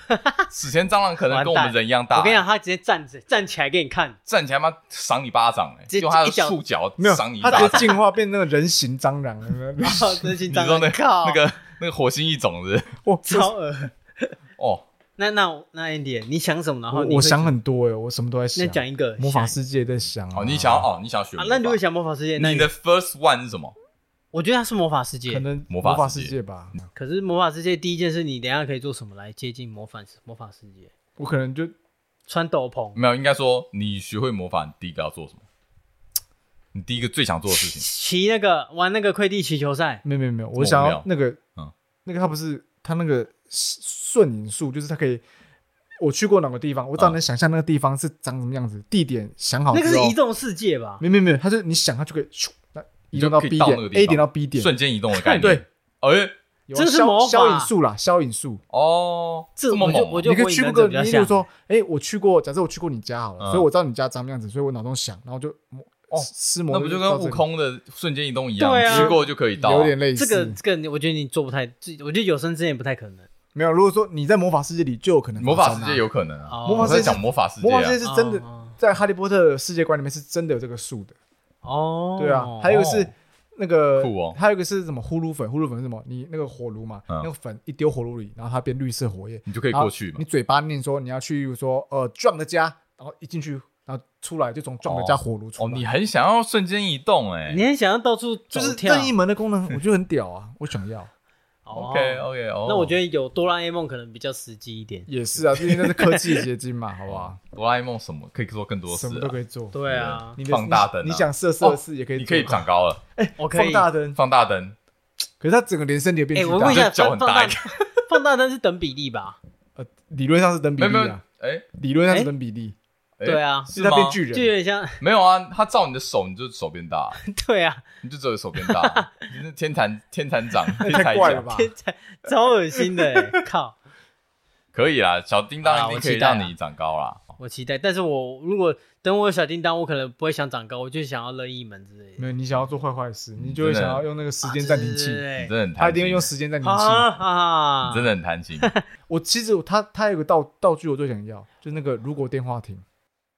史前蟑螂可能
完
跟我
蛋
们人一样大，
我跟你讲，他直接站着站起来给你 看，
站起来妈赏你巴掌哎、
直接
用它的
一脚
触角
没有，
赏你一
它
巴
直
掌。
接进化变那个人形蟑螂了。
然后真心
你
蟑
说
螂
那
靠
那个那个火星异种是不是
我
超恶。
哦，
那那我那 Andy，你想什么？然后
我
你
我
会
想很多哎，我什么都在想
那。讲一个
模仿
想
世界在想啊
哦，你想要哦，你想要学
啊
魔？法、
那如果想魔法世界，那
你的 first one 是什么？
我觉得它是魔法世界
可。能
魔法
法
世
世
界
界吧。
可是魔法世界第一件事，你等一下可以做什么来接近魔法魔法世界？
我可能就
穿斗篷，
没有，应该说你学会魔法，你第一个要做什么？你第一个最想做的事情，
骑那个玩那个快递骑球赛，
没有没有没有，
么
我想
无聊
要那个
嗯
那个它不是它那个顺影术，就是它可以。我去过哪个地方，我只要
嗯
能想象那个地方是长什么样子，地点想好
那
之
个是
后
移，动世界吧？
没没没有，它就是你想它就可以咻，那移动
你就可以
B
到
点
那个地方
，A 点到 B 点，
瞬间移动的概念。
对，
哎、
有
这是
消
魔法
消影术啦，消影术。
哦，
这
么
我就
猛哦、
我就
你可
火
以
影
去
忍
过
者
你
比较
例如
像，
说，哎，我去过，假设我去过你家好
嗯
了，所以我知道你家长什么样子，所以我脑中想，然后就
哦
哦，施魔
那不就跟
到这
悟
里
空的瞬间移动一样，
对啊
去过就可以到啊。
有点类
这
似？
个这个，我觉得你做不太，这我觉得有生之年不太可能。
没有，如果说你在魔法世界里就有可能
魔
发
法
生
世
啊
界有可能啊，
哦
我在讲魔法世界
魔法世
啊
界，是真的
哦，
在哈利波特的世界观里面是真的有这个树的，
哦，
对啊，还有一个是那个
酷哦
还有一个是什么呼噜粉，呼噜粉是什么？你那个火炉嘛，
嗯
那个粉一丢火炉里，然后它变绿色火焰，
你就可以
然后
过去嘛
你。嘴巴念说你要去，比如说呃壮的家，然后一进去，然后出来就从壮的家火炉出
哦，
来。
你很想要瞬间移动哎、
哦你很想要到处
就
走
是
跳
任意门的 功能，我觉得很屌啊，我想要。
哦
OK OK 哦，
那我觉得有哆啦 A 梦可能比较实际一点。
也是啊，毕竟那是科技的结晶 嘛，好不好？
哆啦 A 梦什么可以做更多事、
什
啊，
么都可以做。
对啊，
你的
放大灯啊哦
你想色色的事也可以做，
你可以长高了，
我可
放
以。
大灯，
放大灯，
可是它整个连身体也变
哎，
巨
我
大
问一
就
下，
脚
放
很
放
大
大
一个
放大灯是等比例吧？
呃，理论上是等比
没有
例
没有，
啊，
哎、
理论上
哎
是等比例，
哎
对啊
是
是它
吗
变巨
就
人，
有点像，
没有啊，他照你的手，你就手变大，
对啊，
你就只有手变 大，你是天坛天坛长，天
太
才
怪了
长，
吧？
天才超恶心的 欸，靠！
可以啦，小叮当
好啦
一定
我
可以
期待啊
让
啦
你长高啦。
我期待，但是我如果等我有小叮当，我可能不会想长高，我就想要任意门之类的。
没有，你想要做坏坏事，你就会
真
想
的
要用那个时
啊
间
对
暂
对
停器，
对
你
对
真的很贪心，
他一定会用时间暂停器。
啊啊！
你真的很贪心
我其实他他有个道道具我最想要，就是那个如果电话亭，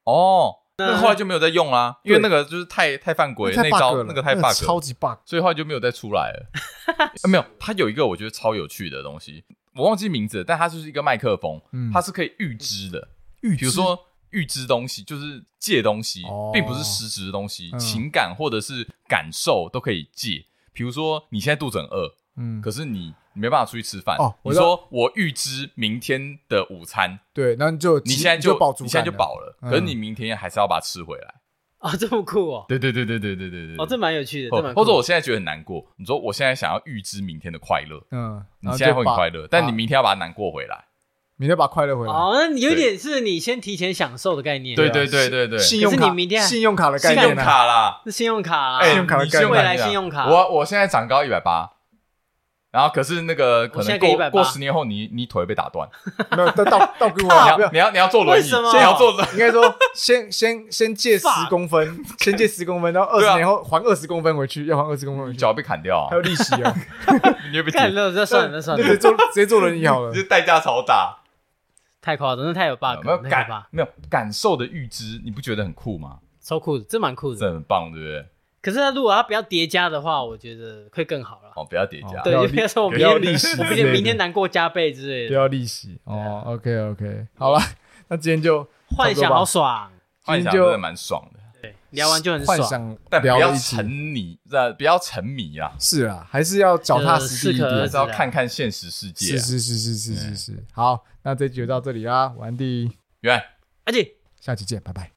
哦。那
那
后来就没有再用啦，因为
对
那个就是太太犯规，
太
那
bug
招
了，
那个太 bug，了
超级 bug。
所以后来就没有再出来了。 啊没有，它有一个我觉得超有趣的东西，我忘记名字了，但它就是一个麦克风，
嗯
它是可以预知的，
预
比如说预知东西，就是借东西，
哦
并不是实质的东西，
嗯
情感或者是感受都可以借。比如说你现在肚子很饿，
嗯
可，是你你没办法出去吃饭，
哦
你
我知道
说我预知明天的午餐，
对，然后你就有
你
你
现在
就饱足，
你现在就，饱了，
嗯
可是你明天还是要把它吃回来。
啊，这么酷哦！
对对对对对对对对，
哦，这蛮有趣的，这
或
蛮
或
酷
者
的
我现在觉得很难过，你说我现在想要预知明天的快乐，
嗯，
你
然后
现在会
就
很
把
快乐，但
把
你明天要把它难过回来。
明天把快乐回来。
哦，那你有点是你先提前享受的概念，
对
啊
对对对对，
信用
可是
卡，
你明天还
信用卡的概
信
念啊
用卡啦，
是信用卡啊，
哎
信用卡的
你
概念啊
未来信用卡
我我现在长高一百八，然后可是那个可
我现
能
在可以
过
180
过十年后你你腿会被打断，
没有，倒倒倒给我，
你
不
要
要
你要你要坐轮椅，
为什么
你要坐轮，
应该说先先先借 十
Fuck
公分，先借十公分，然后二
对啊
十年后还二十公分回去，要还二十公分回去，
脚被砍掉啊
还，有利息啊，
你会被
看
剪，
那那 算了，那算
直接
了，
坐直接坐轮椅好了
这。代价超大。
太夸张，那太有 bug，
没有
了啊那太有 bug
感没有感受的预知，你不觉得很酷吗？
超酷的，这蛮酷
这
的。
很棒，对不对？
可是它如果它不要叠加的话，我觉得会更好了。
哦，不要叠加
哦，
对，
不要
就比如说我
不
明
要
天
利息
我明
之类
天
的
明天难过加倍之类
不
的，
要利息哦。OK
啊
OK，好了，那今天就
幻想好爽，
幻想真的蛮爽的，
聊完就很
幻
爽。
想
但不
聊
要
了一起
沉，迷，呃，不要沉迷啊，
是啊，还是要脚踏实地一
还
呃
点
是。要
是啊
看看现实世界啊。
是是是是是是是，好，那这集就到这里啦，完毕，
原来
而且
下期见，拜拜。